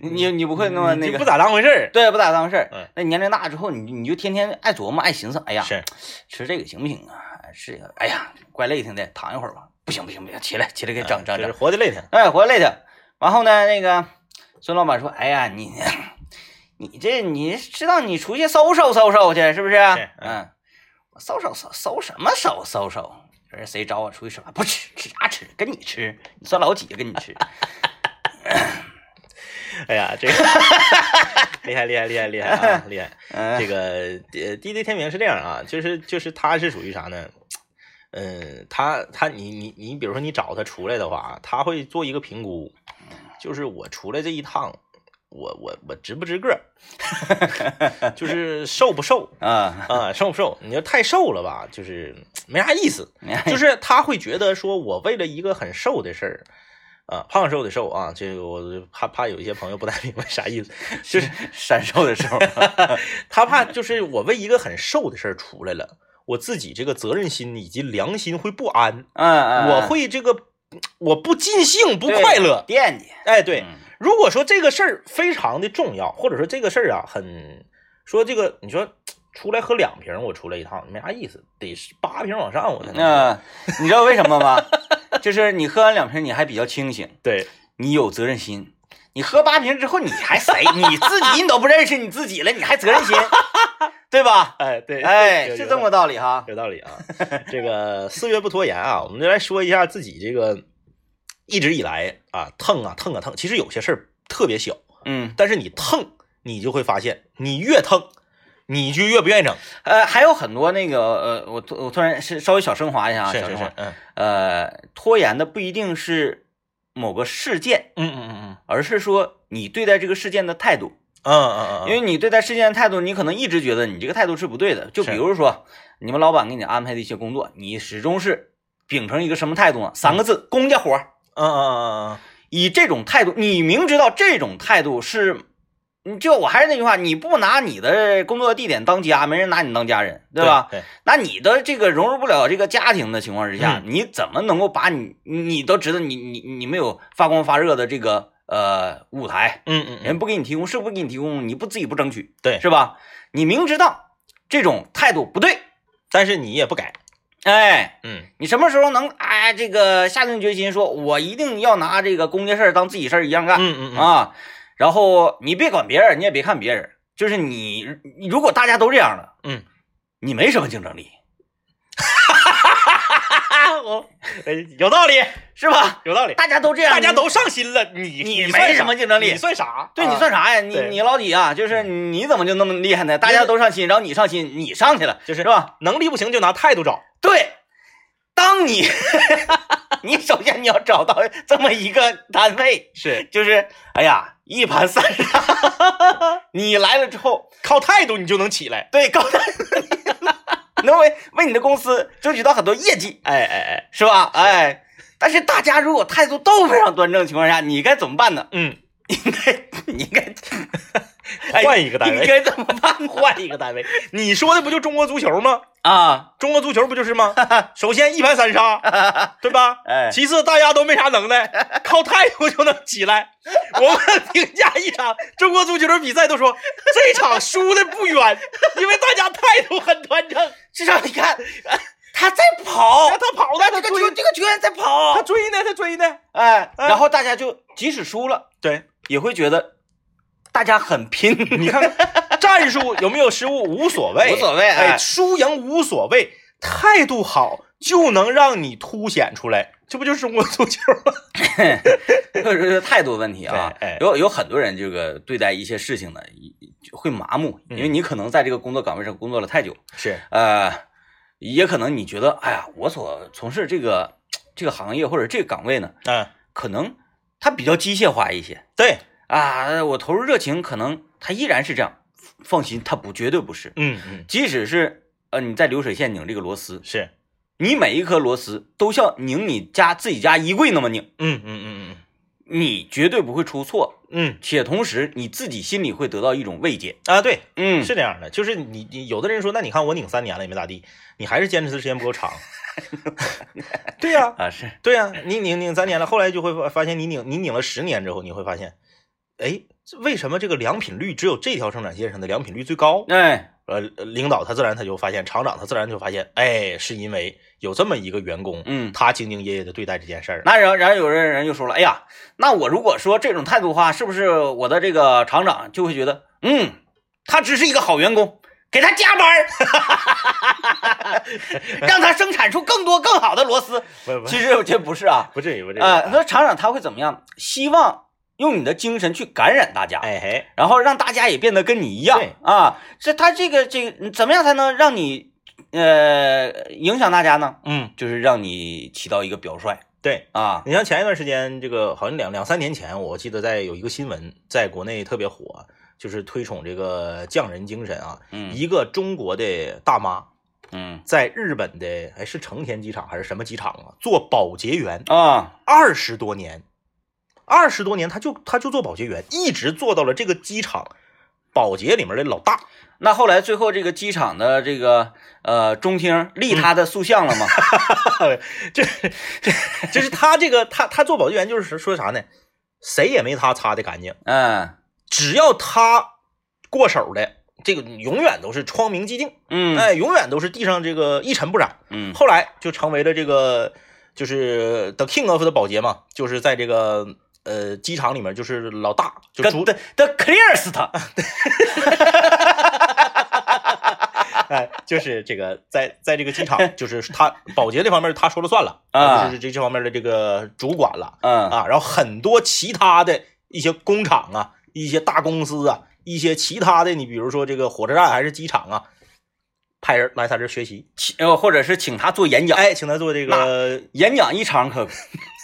Speaker 1: 你你你不会那么
Speaker 2: 你
Speaker 1: 那
Speaker 2: 就
Speaker 1: 个
Speaker 2: 不，咋当回事儿。
Speaker 1: 对，不咋当事儿。
Speaker 2: 嗯
Speaker 1: 那年龄大之后，你你就天天爱琢磨，爱寻思，哎呀，
Speaker 2: 是，
Speaker 1: 吃这个行不行啊？吃这个，哎呀，怪累挺的，躺一会儿吧。不行不行不行，起来起来给整整
Speaker 2: 就是
Speaker 1: 整。
Speaker 2: 活得累挺。
Speaker 1: 哎，活累的。然后呢，那个孙老板说，哎呀，你你这你知道你出去搜搜搜搜去是不是？
Speaker 2: 是
Speaker 1: 嗯，我搜搜搜搜什么搜搜搜？这谁找我出去吃饭？不吃，吃啥吃？跟你吃，你算老几？跟你吃。
Speaker 2: 哎呀， 这个厉害厉害厉害厉害啊，厉 害！
Speaker 1: 嗯
Speaker 2: 这个呃，DJ 天明是这样啊，就是就是他是属于啥呢？嗯，他他你你你，比如说你找他出来的话，他会做一个评估，就是我出来这一趟，我我我值不值个儿， 就是瘦不瘦
Speaker 1: 啊，
Speaker 2: 啊、瘦不瘦？你要太瘦了吧，就是没啥意思。
Speaker 1: 你看
Speaker 2: 就是他会觉得说，我为了一个很瘦的事儿，啊，胖瘦的瘦啊，这个我就怕怕有一些朋友不太明白啥意思，就是
Speaker 1: 闪瘦的时候， 嗯
Speaker 2: 他怕就是我为一个很瘦的事儿出来了，我自己这个责任心以及良心会不安，
Speaker 1: 嗯嗯，
Speaker 2: 我会这个我不尽兴不快乐，
Speaker 1: 惦记。
Speaker 2: 哎，对
Speaker 1: 嗯，
Speaker 2: 如果说这个事儿非常的重要，或者说这个事儿啊很说这个你说。出来喝两瓶，我出来一趟没啥意思，得是八瓶往上我才能。
Speaker 1: 那、你知道为什么吗？ 就是你喝完两瓶，你还比较清醒，
Speaker 2: 对，
Speaker 1: 你有责任心。你喝八瓶之后，你还谁？你自己你都不认识你自己了，你还责任心，对吧？
Speaker 2: 哎对，
Speaker 1: 哎，
Speaker 2: 有
Speaker 1: 是
Speaker 2: 有
Speaker 1: 这么个道理哈。
Speaker 2: 有道理啊。这个四月不拖延啊，我们就来说一下自己这个一直以来啊腾啊腾啊腾，其实有些事儿特别小，
Speaker 1: 嗯，
Speaker 2: 但是你腾，你就会发现你越腾，你就越不愿意整。
Speaker 1: 呃，还有很多那个呃，我突我突然是稍微小升华一下啊，
Speaker 2: 是
Speaker 1: 小
Speaker 2: 是
Speaker 1: 升
Speaker 2: 是
Speaker 1: 华，。
Speaker 2: 嗯
Speaker 1: 呃，拖延的不一定是某个事件，
Speaker 2: 嗯嗯嗯
Speaker 1: 而是说你对待这个事件的态度。
Speaker 2: 嗯嗯嗯，
Speaker 1: 因为你对待事件的态度，你可能一直觉得你这个态度是不对的。就比如说，你们老板给你安排的一些工作，你始终是秉承一个什么态度呢？三个字：公家活儿。
Speaker 2: 嗯嗯嗯
Speaker 1: 以这种态度，你明知道这种态度是，嗯就我还是那句话，你不拿你的工作地点当家，没人拿你当家人，对吧？
Speaker 2: 对，
Speaker 1: 那你的这个融入不了这个家庭的情况之下，
Speaker 2: 嗯
Speaker 1: 你怎么能够把你你都知道你你你没有发光发热的这个呃舞台，
Speaker 2: 嗯嗯嗯，
Speaker 1: 人不给你提供是不给你提供，你不自己不争取，
Speaker 2: 对
Speaker 1: 是吧？你明知道这种态度不对，
Speaker 2: 但是你也不改。
Speaker 1: 哎，
Speaker 2: 嗯，
Speaker 1: 你什么时候能哎这个下定决心说，我一定要拿这个公家事儿当自己事儿一样干、
Speaker 2: 嗯嗯嗯，
Speaker 1: 啊？然后你别管别人，你也别看别人，就是你你如果大家都这样了，
Speaker 2: 嗯，
Speaker 1: 你没什么竞争力，
Speaker 2: 啊我哎有道理，
Speaker 1: 是吧？
Speaker 2: 有道理，
Speaker 1: 大家都这样，
Speaker 2: 大家
Speaker 1: 你
Speaker 2: 都上心了，你
Speaker 1: 你
Speaker 2: 算
Speaker 1: 没
Speaker 2: 啥
Speaker 1: 什么竞争力
Speaker 2: 你算啥？
Speaker 1: 对你
Speaker 2: 啊
Speaker 1: 算啥呀？你
Speaker 2: 对嗯
Speaker 1: 你老几啊？就是你怎么就那么厉害呢？大家都上心，然后你上心，你上去了，
Speaker 2: 就是
Speaker 1: 是吧？
Speaker 2: 能力不行就拿态度找。
Speaker 1: 对，当你 你首先你要找到这么一个单位，
Speaker 2: 是
Speaker 1: 就是哎呀一盘散沙， 你来了之后，
Speaker 2: 靠态度你就能起来。
Speaker 1: 对高端， 能为为你的公司争取到很多业绩，
Speaker 2: 哎哎哎，
Speaker 1: 是吧？哎，但是大家如果态度都非常端正的情况下，你该怎么办呢？
Speaker 2: 嗯，
Speaker 1: 应该你应该
Speaker 2: 换一个单
Speaker 1: 应
Speaker 2: 位，
Speaker 1: 该怎么办呢？
Speaker 2: 换一个单位。你说的不就中国足球吗？
Speaker 1: 啊，
Speaker 2: 中国足球不就是吗？首先一盘散沙，对吧？
Speaker 1: 哎，
Speaker 2: 其次大家都没啥能 耐，靠态度就能起来。我 们评价一场中国足球的比赛，都说这场输的不冤，因为大家态度很端正。
Speaker 1: 至少你看，他在跑
Speaker 2: 哎，他跑呢，他
Speaker 1: 这个球
Speaker 2: 追，
Speaker 1: 这个球员在
Speaker 2: 他
Speaker 1: 跑，
Speaker 2: 追呢，他追呢。
Speaker 1: 哎，
Speaker 2: 哎
Speaker 1: 然后大家就即使输了，
Speaker 2: 对，
Speaker 1: 也会觉得大家很 拼，
Speaker 2: 你看看战术有没有失误 无所谓，
Speaker 1: 无所谓哎
Speaker 2: 哎，输赢无所谓，态度好就能让你凸显出来，这不就是中国足球 吗？
Speaker 1: 这是态度问题啊
Speaker 2: 对哎。
Speaker 1: 有有很多人这个对待一些事情呢，一会麻木，因
Speaker 2: 嗯
Speaker 1: 为你可能在这个工作岗位上工作了太久，
Speaker 2: 是，
Speaker 1: 呃，也可能你觉得，哎呀，我所从事这个这个行业或者这个岗位呢，
Speaker 2: 嗯，
Speaker 1: 可能它比较机械化一些
Speaker 2: 对，
Speaker 1: 啊。我投入热情，可能它依然是这样。放心，它不绝对不是，
Speaker 2: 嗯嗯，
Speaker 1: 即使是呃你在流水线拧这个螺丝，
Speaker 2: 是，
Speaker 1: 你每一颗螺丝都像拧你家自己家衣柜那么拧，
Speaker 2: 嗯嗯嗯嗯
Speaker 1: 你绝对不会出错，
Speaker 2: 嗯
Speaker 1: 且同时你自己心里会得到一种慰藉。
Speaker 2: 啊，对，
Speaker 1: 嗯
Speaker 2: 是这样的，就是你你有的人说，那你看我拧三年了也没咋地，你还是坚持的时间不 够长。对呀、
Speaker 1: 啊，是
Speaker 2: 对呀、你拧拧三年了，后来就会发发现你拧你拧了十年之后，你会发现，哎，这为什么这个良品率只有这条生产线上的良品率最高？
Speaker 1: 哎，
Speaker 2: 呃，领导他自然他就发现，厂长他自然就发现，哎，是因为有这么一个员工，
Speaker 1: 嗯。
Speaker 2: 他兢兢业业的对待这件事儿。
Speaker 1: 那然后，然后有的人就说了：“哎呀，那我如果说这种态度的话，是不是我的这个厂长就会觉得，嗯，他只是一个好员工，给他加班儿， 让他生产出更多更好的螺丝？
Speaker 2: 不不
Speaker 1: 其实我觉得不是啊，
Speaker 2: 不至于不至于。
Speaker 1: 啊，那厂长他会怎么样？希望用你的精神去感染大家，
Speaker 2: 哎嘿，
Speaker 1: 然后让大家也变得跟你一样
Speaker 2: 对
Speaker 1: 啊。这他这个这个怎么样才能让你呃影响大家呢？
Speaker 2: 嗯，
Speaker 1: 就是让你起到一个表率
Speaker 2: 对。
Speaker 1: 啊。
Speaker 2: 你像前一段时间，这个好像两两三年前，我记得在有一个新闻在国内特别火，就是推崇这个匠人精神啊。
Speaker 1: 嗯
Speaker 2: 一个中国的大妈
Speaker 1: 嗯
Speaker 2: 在日本的哎是成田机场还是什么机场啊，做保洁员
Speaker 1: 啊，
Speaker 2: 二十多年，二十多年她就她就做保洁员，一直做到了这个机场保洁里面的老大。
Speaker 1: 那后来最后这个机场的这个呃中厅立他的塑像了吗？
Speaker 2: 这这就是她这个她她做保洁员就是说啥呢？谁也没她擦的干净。
Speaker 1: 嗯
Speaker 2: 只要他过手的，这个永远都是窗明几净，
Speaker 1: 嗯
Speaker 2: 哎，永远都是地上这个一尘不染。
Speaker 1: 嗯
Speaker 2: 后来就成为了这个就是 The King of 的保洁嘛，就是在这个呃机场里面就是老大，就主
Speaker 1: ，the the clearest，啊
Speaker 2: 哎，就是这个在在这个机场，就是他保洁这方面他说了算了
Speaker 1: 啊
Speaker 2: 就是这这方面的这个主管了
Speaker 1: 嗯
Speaker 2: 啊，然后很多其他的一些工厂啊，一些大公司啊，一些其他的，你比如说这个火车站还是机场啊，派人来他这儿学习，
Speaker 1: 请呃或者是请他做演讲，
Speaker 2: 哎，请他做这个，
Speaker 1: 演讲一场可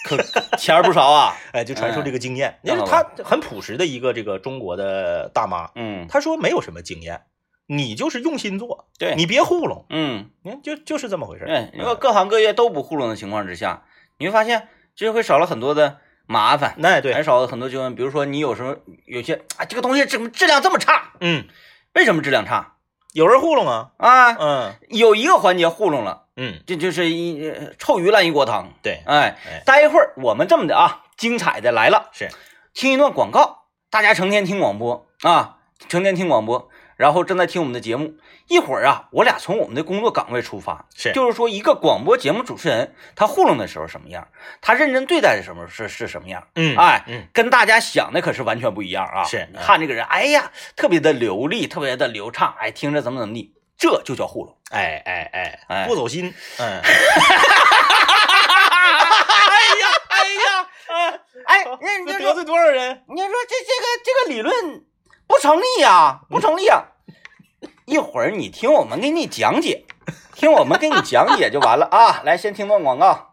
Speaker 1: 可钱儿不少啊。
Speaker 2: 哎，就传授这个经验，
Speaker 1: 嗯
Speaker 2: 因为他很朴实的一个这个中国的大妈，
Speaker 1: 嗯，
Speaker 2: 她说没有什么经验，你就是用心做，
Speaker 1: 对
Speaker 2: 你别糊弄，
Speaker 1: 嗯，
Speaker 2: 你看就就是这么回事儿，
Speaker 1: 对，如果
Speaker 2: 嗯
Speaker 1: 哎各行各业都不糊弄的情况之下，你会发现这会少了很多的麻烦，
Speaker 2: 那嗯对
Speaker 1: 还，少了很多纠纷。比如说，你有什么有些啊，这个东西怎么质量这么差？
Speaker 2: 嗯，
Speaker 1: 为什么质量差
Speaker 2: 有人糊弄啊，
Speaker 1: 啊？
Speaker 2: 嗯
Speaker 1: 有一个环节糊弄了，
Speaker 2: 嗯，
Speaker 1: 这就是一呃臭鱼烂一锅汤。
Speaker 2: 对，
Speaker 1: 哎
Speaker 2: 哎，
Speaker 1: 待一会儿我们这么的啊，精彩的来了，
Speaker 2: 是
Speaker 1: 听一段广告，大家成天听广播啊，成天听广播，然后正在听我们的节目。一会儿啊，我俩从我们的工作岗位出发，
Speaker 2: 是，
Speaker 1: 就是说，一个广播节目主持人，他糊弄的时候什么样，他认真对待的时候是是什么样，
Speaker 2: 嗯
Speaker 1: 哎
Speaker 2: 嗯
Speaker 1: 跟大家想的可是完全不一样啊。
Speaker 2: 是嗯
Speaker 1: 你看这个人，哎呀，特别的流利，特别的流畅，哎，听着怎么怎么地，这就叫糊弄。
Speaker 2: 哎哎
Speaker 1: 哎
Speaker 2: 哎，不走心，嗯，
Speaker 1: 哎呀，哎，那 你就说，
Speaker 2: 罪多少人？
Speaker 1: 你就说这这个这个理论不成立呀、不成立呀、一会儿你听我们给你讲解，听我们给你讲解就完了啊！来，先听段广告。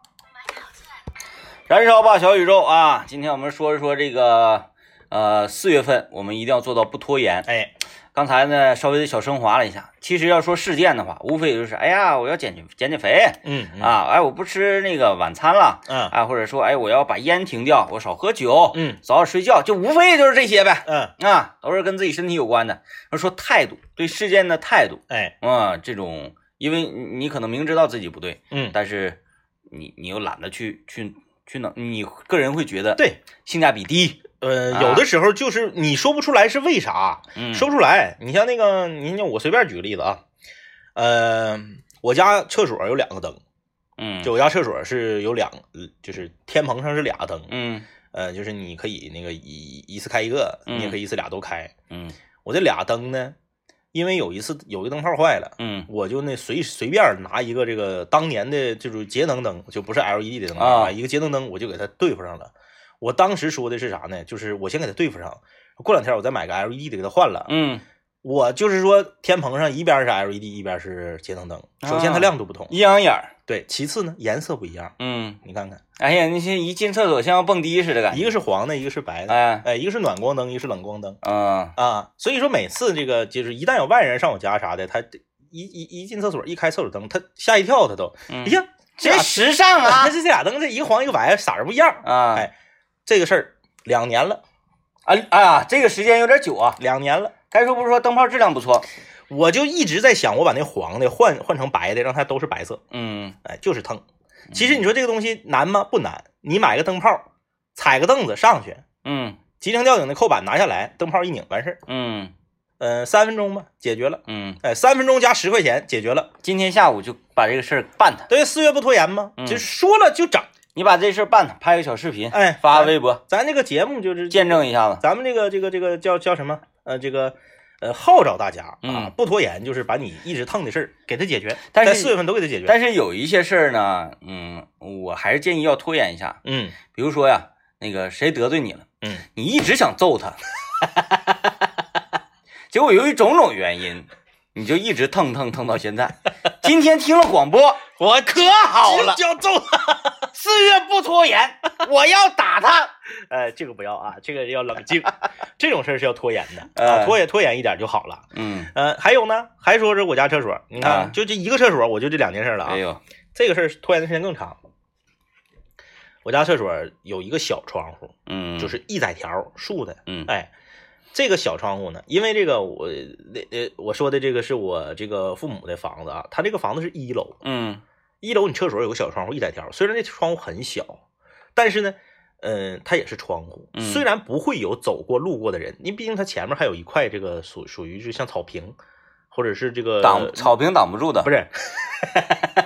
Speaker 1: 燃烧吧小宇宙啊！今天我们说一说这个，呃，四月份我们一定要做到不拖延。
Speaker 2: 哎，
Speaker 1: 刚才呢，稍微的小升华了一下。其实要说事件的话，无非也就是，哎呀，我要减去减减肥
Speaker 2: 嗯嗯
Speaker 1: 啊，哎，我不吃那个晚餐了
Speaker 2: 嗯
Speaker 1: 啊，或者说，哎，我要把烟停掉，我少喝酒，
Speaker 2: 嗯
Speaker 1: 早点睡觉，就无非就是这些呗。
Speaker 2: 嗯，
Speaker 1: 啊，都是跟自己身体有关的。说态度，对事件的态度
Speaker 2: 哎
Speaker 1: 啊，这种，因为你你可能明知道自己不对，
Speaker 2: 嗯，
Speaker 1: 但是你你又懒得去去去弄，你个人会觉得
Speaker 2: 对，
Speaker 1: 性价比低。
Speaker 2: 呃，
Speaker 1: 啊
Speaker 2: 有的时候就是你说不出来是为啥，
Speaker 1: 嗯，
Speaker 2: 说不出来。你像那个，你像我随便举个例子啊，呃，我家厕所有两个灯，
Speaker 1: 嗯
Speaker 2: 就我家厕所是有两个，呃就是天棚上是俩灯，
Speaker 1: 嗯
Speaker 2: 呃，就是你可以那个一一次开一个，
Speaker 1: 嗯
Speaker 2: 你也可以一次俩都开。
Speaker 1: 嗯
Speaker 2: 我这俩灯呢，因为有一次有一个灯泡坏了，
Speaker 1: 嗯
Speaker 2: 我就那随随便拿一个这个当年的这种节能灯，就不是 LED 的灯
Speaker 1: 啊
Speaker 2: 一个节能灯，我就给它对付上了。我当时说的是啥呢？就是我先给它对付上，过两天我再买个 LED 的给它换了。
Speaker 1: 嗯，
Speaker 2: 我就是说，天棚上一边是 LED，一边是节能灯。首先
Speaker 1: 啊
Speaker 2: 它亮度不同，
Speaker 1: 阴阳眼儿，
Speaker 2: 对，其次呢颜色不一样。
Speaker 1: 嗯，
Speaker 2: 你看看，
Speaker 1: 哎呀，那些一进厕所像要蹦迪似的感
Speaker 2: 一
Speaker 1: 觉，
Speaker 2: 个是黄的，一个是白的，
Speaker 1: 哎，
Speaker 2: 哎，一个是暖光灯，一个是冷光灯
Speaker 1: 啊，
Speaker 2: 啊。所以说每次这个就是一旦有外人上我家啥的，他一一一进厕所一开厕所灯，他吓一跳，他都，哎
Speaker 1: 嗯，
Speaker 2: 呀，这
Speaker 1: 真
Speaker 2: 俩
Speaker 1: 时尚
Speaker 2: 啊，
Speaker 1: 啊
Speaker 2: 这这俩灯这一个黄一个白，色儿不一样。
Speaker 1: 啊
Speaker 2: 哎这个事儿两年了，
Speaker 1: 啊啊！这个时间有点久啊，
Speaker 2: 两年了，
Speaker 1: 该说不说，灯泡质量不错，
Speaker 2: 我就一直在想，我把那黄的换换成白的，让它都是白色。
Speaker 1: 嗯，
Speaker 2: 哎，就是腾。其实你说这个东西难吗？不难，你买个灯泡，踩个凳子上去，
Speaker 1: 嗯
Speaker 2: 急停吊顶的扣板拿下来，灯泡一拧完事儿。
Speaker 1: 嗯
Speaker 2: 嗯、三分钟吧，解决了。
Speaker 1: 嗯，
Speaker 2: 哎，三分钟加十块钱解决了。
Speaker 1: 今天下午就把这个事儿办它，
Speaker 2: 对，四月不拖延吗？
Speaker 1: 嗯
Speaker 2: 就说了就整。
Speaker 1: 你把这事儿办它，拍个小视频，
Speaker 2: 哎，
Speaker 1: 发
Speaker 2: 咱
Speaker 1: 微博
Speaker 2: 咱这个节目就是
Speaker 1: 见证一下子，
Speaker 2: 咱们这个这个这个叫叫什么？呃，这个呃，号召大家啊，
Speaker 1: 嗯
Speaker 2: 不拖延，就是把你一直腾的事儿给他解决，
Speaker 1: 但是
Speaker 2: 在四月份都给他解决。
Speaker 1: 但是有一些事儿呢，嗯，我还是建议要拖延一下，
Speaker 2: 嗯
Speaker 1: 比如说呀，那个谁得罪你了，
Speaker 2: 嗯，
Speaker 1: 你一直想揍他， 结果由于种种原因，你就一直腾腾腾到现在，今天听了广播。
Speaker 2: 我
Speaker 1: 可好了，
Speaker 2: 就要揍他。
Speaker 1: 四月不拖延，我要打他。
Speaker 2: 哎，这个不要啊，这个要 冷静，这种事儿是要拖延的
Speaker 1: 哎
Speaker 2: 啊，拖延拖延一点就好了。
Speaker 1: 嗯，
Speaker 2: 呃，还有呢，还说是我家厕所，你看，
Speaker 1: 啊
Speaker 2: 就这一个厕所，我就这两件事了啊。
Speaker 1: 哎呦，
Speaker 2: 这个事儿拖延的时间更长。我家厕所有一个小窗户，
Speaker 1: 嗯，
Speaker 2: 就是一载条竖的，
Speaker 1: 嗯
Speaker 2: 哎，这个小窗户呢，因为这个我那呃我说的这个是我这个父母的房子啊，他这个房子是一楼，
Speaker 1: 嗯
Speaker 2: 一楼你厕所有个小窗户一窄条，虽然这窗户很小，但是呢，嗯、它也是窗户，
Speaker 1: 嗯
Speaker 2: 虽然不会有走过路过的人，因为毕竟它前面还有一块这个属属于是像草坪，或者是这个
Speaker 1: 挡草坪挡不住的，
Speaker 2: 不是，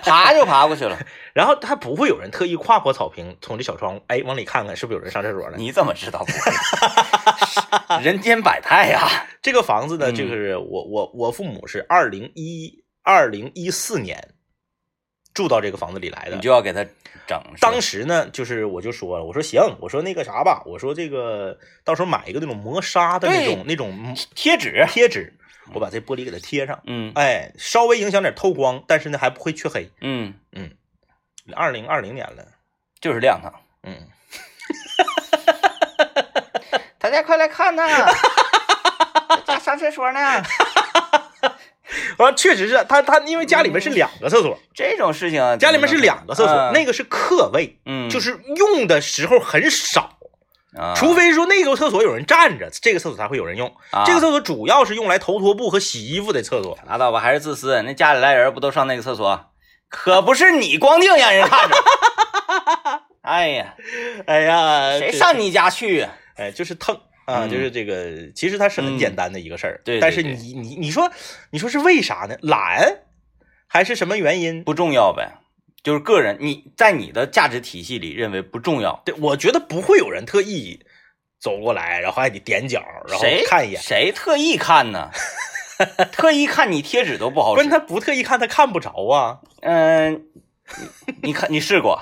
Speaker 1: 爬就爬过去了。
Speaker 2: 然后它不会有人特意跨过草坪，从这小窗户哎往里看看是不是有人上厕所了。
Speaker 1: 你怎么知道不会？ 人间百态呀、
Speaker 2: 这个房子呢，
Speaker 1: 嗯
Speaker 2: 就是我我我父母是二零一二零一四年住到这个房子里来的
Speaker 1: 你。就要给他整是吧。
Speaker 2: 当时呢，就是我就说了，我说行，我说那个啥吧，我说这个到时候买一个那种磨砂的那
Speaker 1: 对
Speaker 2: 种那种
Speaker 1: 贴纸，
Speaker 2: 贴纸，我把这玻璃给它贴上，
Speaker 1: 嗯
Speaker 2: 哎，稍微影响点透光，但是呢还不会黢黑。
Speaker 1: 嗯，
Speaker 2: 二零二零年了，
Speaker 1: 就是亮堂。
Speaker 2: 嗯，
Speaker 1: 大家快来看呐！家上厕所呢，
Speaker 2: 完、确实是他他因为家里面是两个厕所，
Speaker 1: 这种事情啊
Speaker 2: 家里面是两个厕所，那
Speaker 1: 个
Speaker 2: 个是客位，
Speaker 1: 啊嗯
Speaker 2: 就是用的时候很少。
Speaker 1: 啊
Speaker 2: 除非说那个厕所有人站着，这个厕所才会有人用。
Speaker 1: 啊
Speaker 2: 这个厕所主要是用来投拖布和洗衣服的厕所。
Speaker 1: 拉倒吧，还是自私。那家里来人不都上那个厕所？可不是你光腚让人看着。 哎呀，
Speaker 2: 哎呀
Speaker 1: 谁上？你家去啊？
Speaker 2: 哎，就是腾啊，
Speaker 1: 嗯
Speaker 2: 就是这个，其实它是很简单的一个事儿。
Speaker 1: 对对
Speaker 2: 但是你你你说你说是为啥呢？懒还是什么原因？
Speaker 1: 不重要呗，就是个人你在你的价值体系里认为不重要。
Speaker 2: 对，我觉得不会有人特意走过来，然后还得踮脚，然后
Speaker 1: 谁
Speaker 2: 看一眼。
Speaker 1: 谁特意看 呢？特意看你贴纸都不好
Speaker 2: 不是
Speaker 1: 使。
Speaker 2: 他不特意看，他看不着啊。
Speaker 1: 嗯、你你看你试过？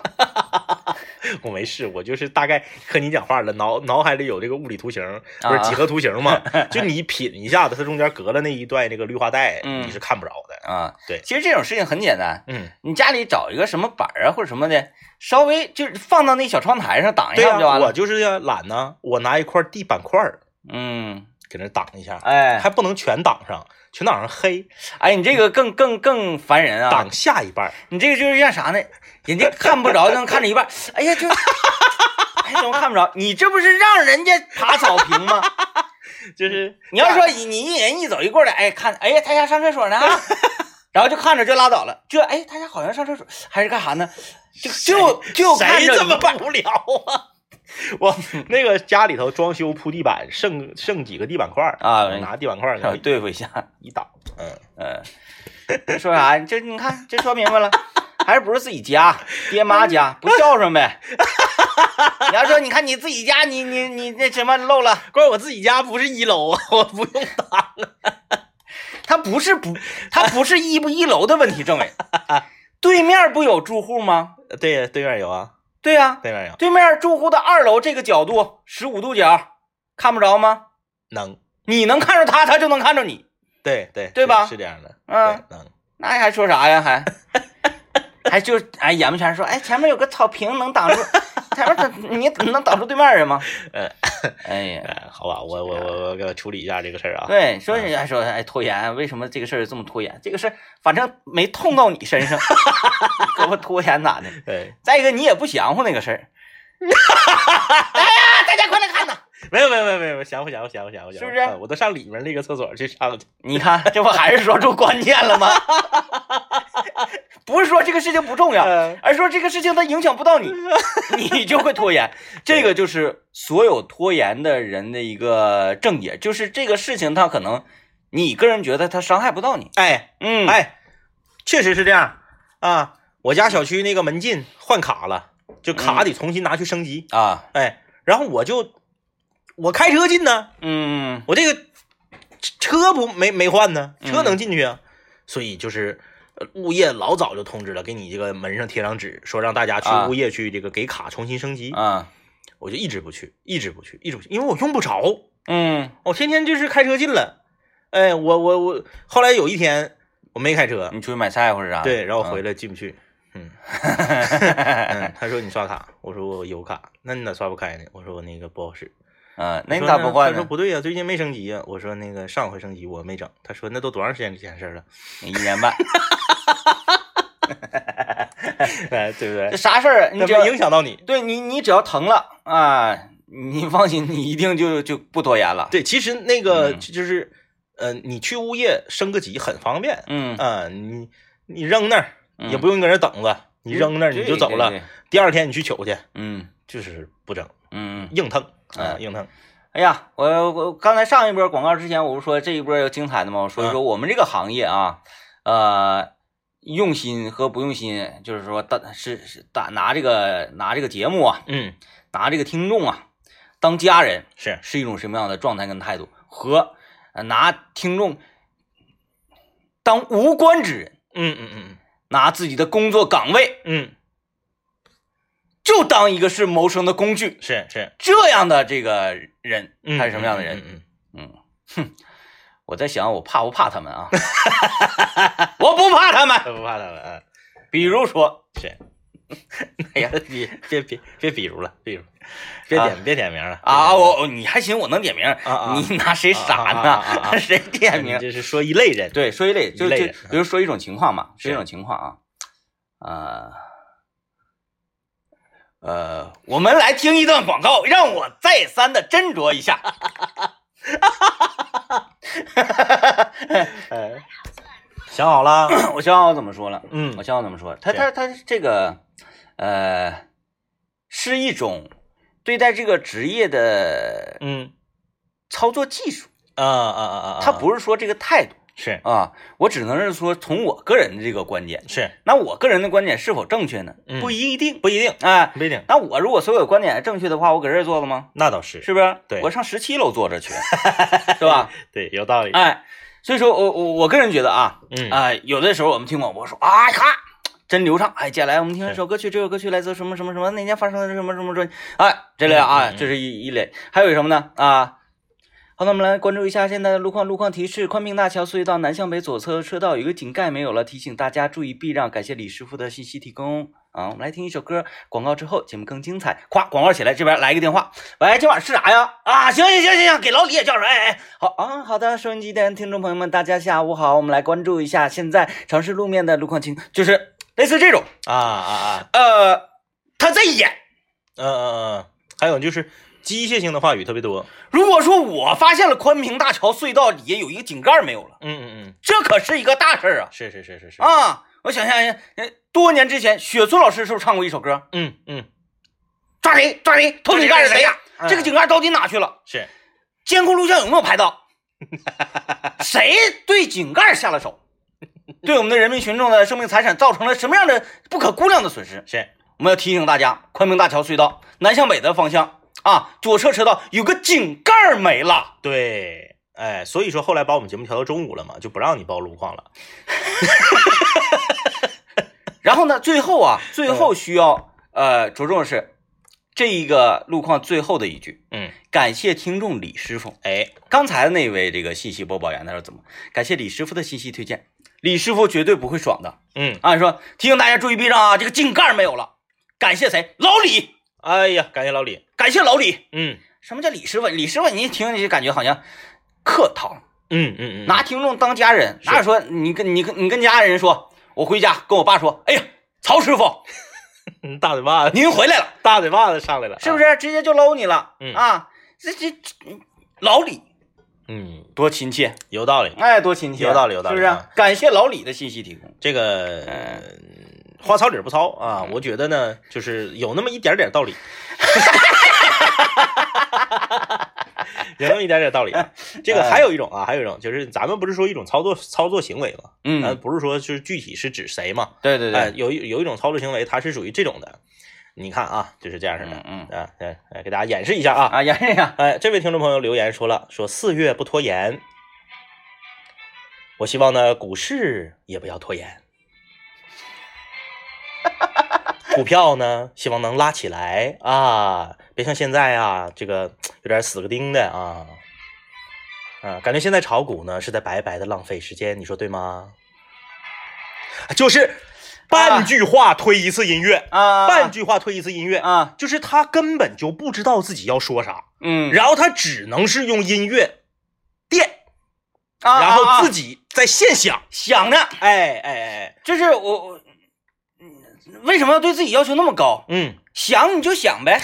Speaker 2: 我没试，我就是大概和你讲话了，脑脑海里有这个物理图形，不是
Speaker 1: 啊
Speaker 2: 几何图形 嘛？就你品一下子，它中间隔了那一段那个绿化带，
Speaker 1: 嗯
Speaker 2: 你是看不着的。
Speaker 1: 啊，
Speaker 2: 对
Speaker 1: 其实这种事情很简单，
Speaker 2: 嗯，
Speaker 1: 你家里找一个什么板儿啊或者什么的，稍微就是放到那小窗台上挡一
Speaker 2: 对
Speaker 1: 下不就
Speaker 2: 呀，
Speaker 1: 完了？
Speaker 2: 我就是要懒呢，我拿一块地板块儿
Speaker 1: 嗯，
Speaker 2: 给那挡一下，
Speaker 1: 哎，
Speaker 2: 还不能全挡上，全挡上黑，
Speaker 1: 哎，你这个更更更烦人啊！
Speaker 2: 挡下一半儿。
Speaker 1: 你这个就是像啥呢？人家看不着，能看着一半。哎呀， 就，哎，怎么看不着？你这不是让人家爬草坪吗？
Speaker 2: 就是
Speaker 1: 你要说你一人一走一过来，哎，看，哎呀，他家上厕所呢， 啊然后就看着就拉倒了。这，哎，他家好像上厕所还是干啥呢？就就就看
Speaker 2: 谁
Speaker 1: 着
Speaker 2: 这么
Speaker 1: 一半
Speaker 2: 无聊啊？ 我那个家里头装修铺地板，剩剩几个地板块儿
Speaker 1: 啊
Speaker 2: 我拿地板块儿给它
Speaker 1: 对付一下，
Speaker 2: 一挡，嗯，
Speaker 1: 嗯、说啥？这你 看，这说明白了，还是不是自己家，爹妈家不孝顺呗？你要说你看你自己家，你你你那什么漏了，
Speaker 2: 关键我自己家不是一楼啊，我不用打了。
Speaker 1: 它不是不，它不是一不一楼的问题，政委， 对面不有住户吗？
Speaker 2: 呃对，对面有啊，
Speaker 1: 对呀、
Speaker 2: 对面有，
Speaker 1: 对面住户的二楼这个角度十五度角，看不着吗？
Speaker 2: 能，
Speaker 1: 你能看着他，他就能看着你，
Speaker 2: 对对
Speaker 1: 对
Speaker 2: 对
Speaker 1: 吧
Speaker 2: 是这样的，
Speaker 1: 嗯
Speaker 2: 对，能，
Speaker 1: 那还说啥呀？还 还就哎眼不前说，哎前面有个草坪能挡住， 前面怎你能挡住对面人吗？
Speaker 2: 呃，
Speaker 1: 哎呀。
Speaker 2: 哎，好吧，我我我我给他处理一下这个事儿啊。
Speaker 1: 对，说人家说哎拖延，为什么这个事儿这么拖延？这个事儿反正没痛到你身 上，胳膊拖延咋的？
Speaker 2: 对，
Speaker 1: 再一个你也不降乎那个事 儿。哎呀，大家快来看呐！
Speaker 2: 没有没有没有没有，想不想不想不想不想，
Speaker 1: 是不是
Speaker 2: 嗯我都上里面那个厕所去上了去。
Speaker 1: 你看，这不还是说出关键了吗？ 不是说这个事情不重要，
Speaker 2: 嗯
Speaker 1: 而是说这个事情它影响不到你，你就会拖延。这个就是所有拖延的人的一个症结，就是这个事情它可能你个人觉得它伤害不到你。
Speaker 2: 哎
Speaker 1: 嗯，，
Speaker 2: 哎，确实是这样啊。我家小区那个门禁换卡了，就
Speaker 1: 嗯
Speaker 2: 卡得重新拿去升级。
Speaker 1: 啊，
Speaker 2: 哎，然后我就我开车进呢，
Speaker 1: 嗯。
Speaker 2: 我这个车不没没换呢，
Speaker 1: 嗯
Speaker 2: 车能进去啊，所以就是。呃物业老早就通知了，给你这个门上贴张纸，说让大家去
Speaker 1: 啊
Speaker 2: 物业去这个给卡重新升级。
Speaker 1: 啊，
Speaker 2: 我就一直不去，一直不去，一直不去，因为我用不着，
Speaker 1: 嗯
Speaker 2: 我天天就是开车进了。哎，我我我，后来有一天我没开车，
Speaker 1: 你出去买菜或者啥？啊
Speaker 2: 对，然后回
Speaker 1: 来，
Speaker 2: 来进不去。 嗯
Speaker 1: 嗯，
Speaker 2: 嗯，他说你刷卡，我说我有卡，那你咋刷不开呢？我说我那个不好使。
Speaker 1: 嗯那你
Speaker 2: 他说
Speaker 1: 咋不换
Speaker 2: 他说
Speaker 1: 呢？
Speaker 2: 不对呀、最近没升级呀、我说那个上回升级我没整。他说那都多长时间之前的事 儿了？
Speaker 1: 一年半，
Speaker 2: 哎，对不
Speaker 1: 这
Speaker 2: 对？
Speaker 1: 啥事儿？啊你
Speaker 2: 那
Speaker 1: 只要
Speaker 2: 没影响到你。
Speaker 1: 对你，你只要疼了啊，你放心，你一定就就不拖延了。
Speaker 2: 对，其实那个
Speaker 1: 嗯
Speaker 2: 就是，呃，你去物业升个级很方便。
Speaker 1: 嗯，
Speaker 2: 啊，你你扔那儿
Speaker 1: 嗯
Speaker 2: 也不用搁那儿等着，你扔那儿你就走
Speaker 1: 对
Speaker 2: 了。，
Speaker 1: 对对
Speaker 2: 第二天你去取去，
Speaker 1: 嗯
Speaker 2: 就是不整，
Speaker 1: 嗯。嗯
Speaker 2: 硬腾
Speaker 1: 哎
Speaker 2: 啊，硬腾。
Speaker 1: 哎呀，我我刚才上一波广告之前，我不是说这一波有精彩的吗？我
Speaker 2: 嗯
Speaker 1: 说一说我们这个行业啊，呃，用心和不用心，就是说打是是打拿这个拿这个节目啊，
Speaker 2: 嗯，
Speaker 1: 拿这个听众啊当家人。
Speaker 2: 是
Speaker 1: 是一种什么样的状态跟态度，和呃拿听众当无关之人，
Speaker 2: 嗯嗯嗯
Speaker 1: 拿自己的工作岗位
Speaker 2: 嗯，
Speaker 1: 就当一个是谋生的工具，
Speaker 2: 是是，
Speaker 1: 这样的这个人，
Speaker 2: 嗯
Speaker 1: 他是什么样的人？？
Speaker 2: 嗯嗯嗯
Speaker 1: 我在想，我怕不怕他们啊？我不怕他们。
Speaker 2: 他不怕他们啊？
Speaker 1: 比如说，
Speaker 2: 是。
Speaker 1: 哎呀
Speaker 2: 别别别别比如了，比如，别
Speaker 1: 啊
Speaker 2: 点别点名了
Speaker 1: 啊，我我你还行，我能点名。
Speaker 2: 啊啊
Speaker 1: 你拿谁傻呢？
Speaker 2: 啊啊啊啊
Speaker 1: 谁点
Speaker 2: 你
Speaker 1: 名？
Speaker 2: 这是说一类人，
Speaker 1: 对，说一类，就
Speaker 2: 一类
Speaker 1: 就
Speaker 2: 人
Speaker 1: 比如说一种情况吧，说一
Speaker 2: 是
Speaker 1: 种情况啊，呃，呃，我们来听一段广告，让我再三的斟酌一下。
Speaker 2: 哎，想好 了，
Speaker 1: 我想好怎么说了，
Speaker 2: 嗯
Speaker 1: 我想好怎么说了，他
Speaker 2: 是
Speaker 1: 他他这个，呃，是一种对待这个职业的
Speaker 2: 嗯
Speaker 1: 操作技术，
Speaker 2: 啊啊啊啊啊，
Speaker 1: 他不是说这个态度
Speaker 2: 是
Speaker 1: 啊，我只能是说从我个人的这个观点，
Speaker 2: 是
Speaker 1: 那我个人的观点是否正确呢？
Speaker 2: 嗯
Speaker 1: 不一定，
Speaker 2: 不一定，
Speaker 1: 哎。
Speaker 2: 不一定，
Speaker 1: 那我如果所有观点正确的话，我搁这儿坐着吗？
Speaker 2: 那倒是，
Speaker 1: 是不是？
Speaker 2: 对
Speaker 1: 我上十七楼坐着去， 是吧？
Speaker 2: 对，有道理，
Speaker 1: 哎，所以说我我我个人觉得啊，
Speaker 2: 嗯
Speaker 1: 啊、有的时候我们听广播说啊，咔，真流畅。哎，接下来我们听一首歌曲，这首歌曲来自什么什么什么哪天发生的什么什么什么，哎，这类啊，
Speaker 2: 嗯嗯嗯
Speaker 1: 这是一一类，还有什么呢？啊。好，那我们来关注一下现在的路况。路况提示：宽平大桥隧道南向北左侧车道有个井盖没有了，提醒大家注意避让。感谢李师傅的信息提供啊！我们来听一首歌，广告之后节目更精彩。夸，广告起来，这边来一个电话。喂，今晚吃啥呀？啊，行行行行行，给老李也叫上。哎哎，好啊，好的，收音机的听众朋友们，大家下午好。我们来关注一下现在城市路面的路况情，就是类似这种，
Speaker 2: 啊啊啊，
Speaker 1: 呃，他在演。
Speaker 2: 嗯嗯嗯，还有就是机械性的话语特别多，
Speaker 1: 如果说我发现了宽平大桥隧道底下有一个井盖没有了，
Speaker 2: 嗯嗯嗯，
Speaker 1: 这可是一个大事儿啊！
Speaker 2: 是是是是是，
Speaker 1: 啊，我想象一下，呃，多年之前，雪村老师是不是唱过一首歌？
Speaker 2: 嗯嗯
Speaker 1: 抓贼，抓贼，偷井盖的贼呀！
Speaker 2: 嗯
Speaker 1: 这个井盖到底哪去了？
Speaker 2: 是，
Speaker 1: 监控录像有没有拍到？谁对井盖下了手？对我们的人民群众的生命财产造成了什么样的不可估量的损失？
Speaker 2: 是
Speaker 1: 我们要提醒大家，宽平大桥隧道南向北的方向啊，左侧车道有个井盖儿没了，
Speaker 2: 对，哎，所以说后来把我们节目调到中午了嘛，就不让你报路况了。
Speaker 1: 然后呢，最后啊，最后需要呃着重的是这一个路况最后的一句，
Speaker 2: 嗯，
Speaker 1: 感谢听众李师傅。
Speaker 2: 哎，
Speaker 1: 刚才那位这个信息播报员他说怎么？感谢李师傅的信息推荐，李师傅绝对不会爽的
Speaker 2: 嗯，
Speaker 1: 啊！说提醒大家注意避让啊，这个井盖没有了，感谢谁？老李，
Speaker 2: 哎呀，感谢老李。
Speaker 1: 感谢老李。
Speaker 2: 嗯
Speaker 1: 什么叫李师傅？李师傅，你一听你就感觉好像客套，
Speaker 2: 嗯嗯嗯，
Speaker 1: 拿听众当家人。
Speaker 2: 是
Speaker 1: 哪有说你跟你跟你跟家人说，我回家跟我爸说，哎呀，曹师傅
Speaker 2: 嗯大嘴巴子，
Speaker 1: 您回来了，
Speaker 2: 大嘴巴子上来了，啊
Speaker 1: 是不
Speaker 2: 是？
Speaker 1: 是？直接就搂你了、
Speaker 2: 嗯
Speaker 1: 啊！这这这老李
Speaker 2: 嗯，
Speaker 1: 多亲切，
Speaker 2: 有道理。
Speaker 1: 哎，多亲切，
Speaker 2: 有道理有道理
Speaker 1: 是不是
Speaker 2: 啊？
Speaker 1: 感谢老李的信息提供。
Speaker 2: 这个、
Speaker 1: 嗯
Speaker 2: 花糙理儿不糙啊，我觉得呢，就是有那么一点点道 理，有那么一点点道理 啊。这个
Speaker 1: 嗯
Speaker 2: 还有一种啊，还有一种就是咱们不是说一种操作操作行为嘛，咱
Speaker 1: 嗯，
Speaker 2: 不是说就是具体是指谁嘛，
Speaker 1: 对对
Speaker 2: 呃哎，
Speaker 1: 对，
Speaker 2: 有一有一种操作行为，它是属于这种的。你看啊，就是这样式
Speaker 1: 嗯
Speaker 2: 的，
Speaker 1: 嗯
Speaker 2: 啊，来来给大家演示一下啊。
Speaker 1: 啊，洋洋呀，
Speaker 2: 哎，这位听众朋友留言说了，说四月不拖延，我希望呢股市也不要拖延， 股票呢希望能拉起来啊，别像现在啊这个有点死个钉的啊，啊，感觉现在炒股呢是在白白的浪费时间，你说对吗？就是半句话推一次音乐，
Speaker 1: 啊，
Speaker 2: 半句话推一次音乐，
Speaker 1: 啊，
Speaker 2: 就是他根本就不知道自己要说啥。
Speaker 1: 嗯，
Speaker 2: 然后他只能是用音乐垫，
Speaker 1: 啊啊
Speaker 2: 然
Speaker 1: 啊
Speaker 2: 后自己在现想。
Speaker 1: 想呢，
Speaker 2: 哎哎哎，
Speaker 1: 这是我我，嗯为什么要对自己要求那么高？
Speaker 2: 嗯，
Speaker 1: 想你就想呗，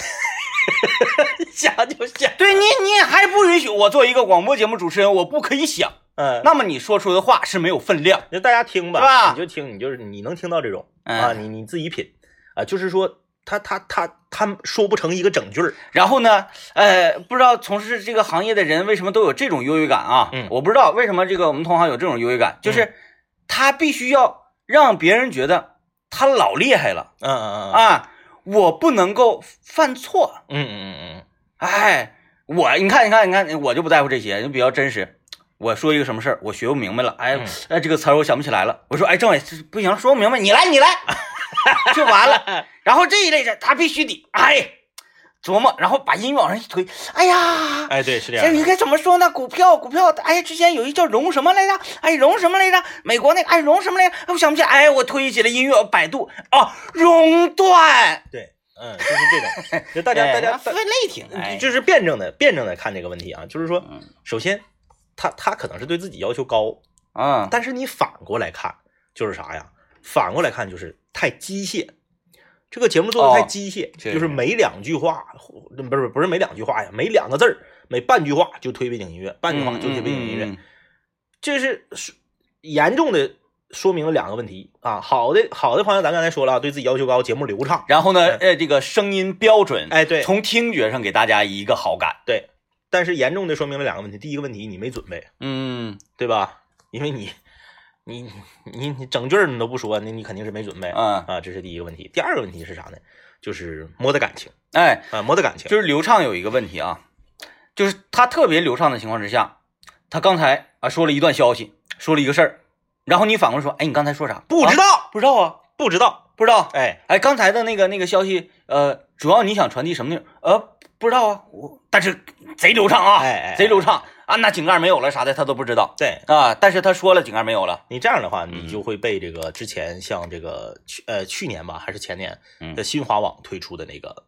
Speaker 2: 想就想，
Speaker 1: 对你你还不允许我做一个广播节目主持人，我不可以想，
Speaker 2: 嗯，
Speaker 1: 那么你说出的话是没有分量。
Speaker 2: 就大家听吧，
Speaker 1: 是吧
Speaker 2: 你就听，你就是你能听到这种、
Speaker 1: 哎
Speaker 2: 啊，你你自己品啊，就是说他他他他说不成一个整句儿，
Speaker 1: 然后呢，呃，不知道从事这个行业的人为什么都有这种优越感啊？
Speaker 2: 嗯
Speaker 1: 我不知道为什么这个我们同行有这种优越感，就是他必须要让别人觉得他老厉害了
Speaker 2: 嗯嗯嗯
Speaker 1: 啊，我不能够犯错。
Speaker 2: 嗯嗯嗯
Speaker 1: 哎，我你看，你看，你看，我就不在乎这些，就比较真实。我说一个什么事儿，我学不明白了，哎
Speaker 2: 嗯，
Speaker 1: 哎，这个词儿我想不起来了。我说，哎，政委这不行，说不明白，你来，你 来，就完 了。然后这一类的，他必须得哎琢磨，然后把音乐往上一推，哎呀
Speaker 2: 嗯，，哎，对，是这
Speaker 1: 这
Speaker 2: 样
Speaker 1: 你
Speaker 2: 的，
Speaker 1: 该怎么说呢？股票，股票，哎，之前有一叫荣什么来着？哎，荣什么来着？美国那个，哎，荣什么来着？哎我想不起来，哎，我推起了音乐，百度啊，熔断，
Speaker 2: 对，嗯，就是这种，就大 家大
Speaker 1: 哎
Speaker 2: 家
Speaker 1: 分类挺，哎，
Speaker 2: 就是辩证的辩证的看这个问题啊，就是说
Speaker 1: 嗯，
Speaker 2: 首先他他可能是对自己要求高，
Speaker 1: 嗯，
Speaker 2: 但是你反过来看，就是啥呀？反过来看就是太机械，这个节目做的太机械，
Speaker 1: 哦确实
Speaker 2: 就是每两句话，或不是不是每两句话呀，每两个字儿，每半句话就推背景音乐，半句话就推背景音乐，
Speaker 1: 嗯嗯嗯
Speaker 2: 这是是严重的说明了两个问题啊。好的好的方向，咱刚才说了啊，对自己要求高，节目流畅，
Speaker 1: 然后呢，呃，这个声音标准，
Speaker 2: 哎对
Speaker 1: 从听觉上给大家一个好感。
Speaker 2: 对，但是严重的说明了两个问题，第一个问题你没准备，
Speaker 1: 嗯，
Speaker 2: 对吧？因为你。你你你整句儿你都不说，你你肯定是没准备
Speaker 1: 嗯
Speaker 2: 啊，这是第一个问题。第二个问题是啥呢？就是摸的感情
Speaker 1: 哎，
Speaker 2: 啊，摸的感情。
Speaker 1: 就是流畅有一个问题啊，就是他特别流畅的情况之下，他刚才啊说了一段消息，说了一个事儿，然后你反过来说，哎，你刚才说啥？
Speaker 2: 不知
Speaker 1: 道，
Speaker 2: 道，
Speaker 1: 不知道啊，
Speaker 2: 不知道，
Speaker 1: 不知道。
Speaker 2: 哎，
Speaker 1: 哎，刚才的那个那个消息，呃，主要你想传递什么内容？呃，不知道啊，我但是贼流畅啊，
Speaker 2: 哎哎哎
Speaker 1: 贼流畅啊，那井盖没有了啥的，他都不知道
Speaker 2: 对
Speaker 1: 啊，但是他说了井盖没有了，
Speaker 2: 你这样的话，
Speaker 1: 嗯
Speaker 2: 你就会被这个之前像这个去呃去年吧，还是前年
Speaker 1: 嗯
Speaker 2: 的新华网推出的那个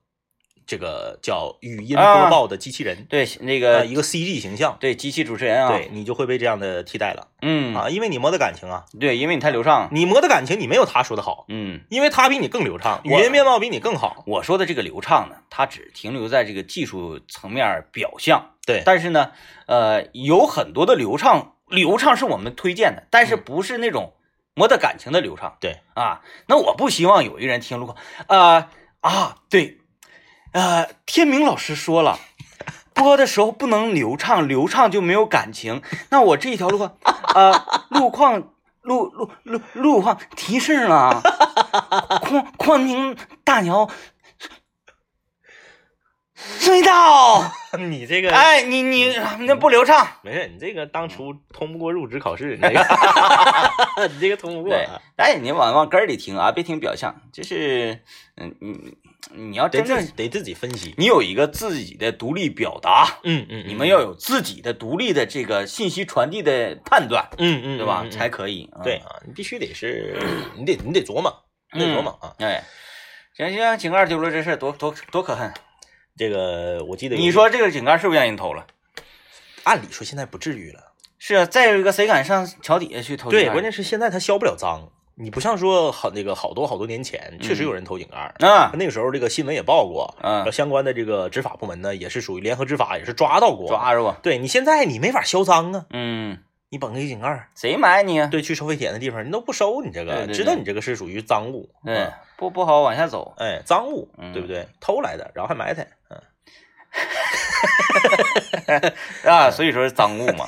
Speaker 2: 这个叫语音
Speaker 1: 啊
Speaker 2: 播报的机器人，
Speaker 1: 对，那
Speaker 2: 呃，
Speaker 1: 个
Speaker 2: 一个 CG 形象，
Speaker 1: 对机器主持人啊，
Speaker 2: 对，你就会被这样的替代了
Speaker 1: 嗯
Speaker 2: 啊，因为你摸的感情啊，
Speaker 1: 对，因为你太流畅。
Speaker 2: 你摸的感情你没有他说的好，
Speaker 1: 嗯，
Speaker 2: 因为他比你更流畅，语
Speaker 1: 我
Speaker 2: 音面貌比你更好，
Speaker 1: 我说的这个流畅呢，它只停留在这个技术层面表象，
Speaker 2: 对，
Speaker 1: 但是呢，呃，有很多的流畅，流畅是我们推荐的，但是不是那种磨得感情的流畅。
Speaker 2: 嗯对
Speaker 1: 啊，那我不希望有一个人听路况，呃啊，对，呃，天明老师说了。 播的时候不能流畅，流畅就没有感情。那我这一条路况，呃，路况路路路路况提 示了，宽宽宁大桥追到，
Speaker 2: 你这个
Speaker 1: 哎， 你你那不流畅，
Speaker 2: 没事，你这个当初通不过入职考试，你这 个你这个通不过
Speaker 1: 对
Speaker 2: 啊，，
Speaker 1: 哎，你往往根儿里听啊，别听表象，就是，嗯，你你要
Speaker 2: 得
Speaker 1: 真
Speaker 2: 自
Speaker 1: 正
Speaker 2: 己得自己分析。
Speaker 1: 你有一个自己的独立表达，
Speaker 2: 嗯嗯，
Speaker 1: 你们要有自己的独立的这个信息传递的判断，
Speaker 2: 嗯嗯，
Speaker 1: 对吧？
Speaker 2: 嗯嗯
Speaker 1: 才可以。嗯
Speaker 2: 对，啊，你必须得是，你得你得琢磨，你得琢磨啊。
Speaker 1: 哎，行行，井盖丢了这事儿多多多可恨。
Speaker 2: 这个我记得有
Speaker 1: 你说这个井盖是不是让人偷了？
Speaker 2: 按理说现在不至于了，
Speaker 1: 是啊，再有一个谁敢上桥底下去偷井盖？
Speaker 2: 对，关键是现在它消不了脏，你不像说好那个好多好多年前，确实有人偷井盖儿。
Speaker 1: 啊，
Speaker 2: 那个时候，这个新闻也报过，
Speaker 1: 嗯
Speaker 2: 然后相关的这个执法部门呢，也是属于联合执法，也是抓到过。，
Speaker 1: 抓住我。
Speaker 2: 对你现在你没法销赃啊，
Speaker 1: 嗯，
Speaker 2: 你绑个井盖儿，
Speaker 1: 谁埋你啊？
Speaker 2: 对，去收废铁的地方，人都不收你
Speaker 1: 对
Speaker 2: 这个，
Speaker 1: 对
Speaker 2: 知道
Speaker 1: 对
Speaker 2: 你这个是属于赃物，
Speaker 1: 对
Speaker 2: 啊，
Speaker 1: 不不好往下走。
Speaker 2: 哎，赃物，对
Speaker 1: 嗯
Speaker 2: 不对？偷来的，然后还埋汰， 嗯，
Speaker 1: 啊，所以说是赃物嘛。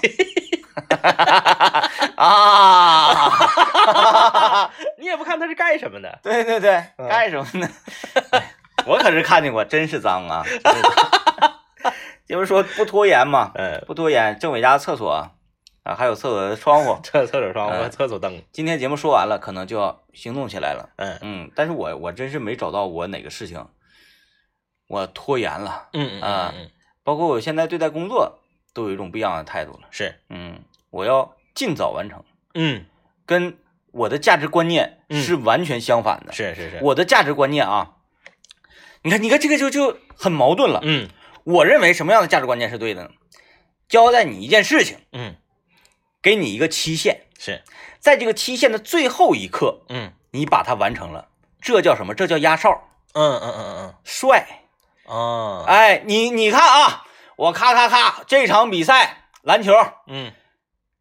Speaker 1: 啊，
Speaker 2: 你也不看它是干什么的，
Speaker 1: 对对对，
Speaker 2: 嗯
Speaker 1: 干什么呢？ 我可是看见过，真是脏啊！ 真是脏就是说不拖延嘛，
Speaker 2: 哎，
Speaker 1: 不拖延。政委家厕所啊啊，还有厕所的窗户。
Speaker 2: 厕厕所窗户、
Speaker 1: 嗯
Speaker 2: 厕所灯，
Speaker 1: 今天节目说完了，可能就要行动起来了。
Speaker 2: 嗯
Speaker 1: 嗯，但是我我真是没找到我哪个事情我拖延了，
Speaker 2: 嗯嗯
Speaker 1: 啊
Speaker 2: 嗯，
Speaker 1: 包括我现在对待工作都有一种不一样的态度了。
Speaker 2: 是，
Speaker 1: 嗯，我要尽早完成。
Speaker 2: 嗯
Speaker 1: 跟我的价值观念是完全相反的。
Speaker 2: 是是是，
Speaker 1: 我的价值观念啊，你看，你看这个就就很矛盾了。
Speaker 2: 嗯
Speaker 1: 我认为什么样的价值观念是对的呢？交代你一件事情，
Speaker 2: 嗯
Speaker 1: 给你一个期限，
Speaker 2: 是，
Speaker 1: 在这个期限的最后一刻，
Speaker 2: 嗯
Speaker 1: 你把它完成了，这叫什么？这叫压哨
Speaker 2: 嗯嗯嗯
Speaker 1: 帅。
Speaker 2: 嗯嗯啊，
Speaker 1: 哎，你你看啊，我咔咔咔，这场比赛篮球
Speaker 2: 嗯，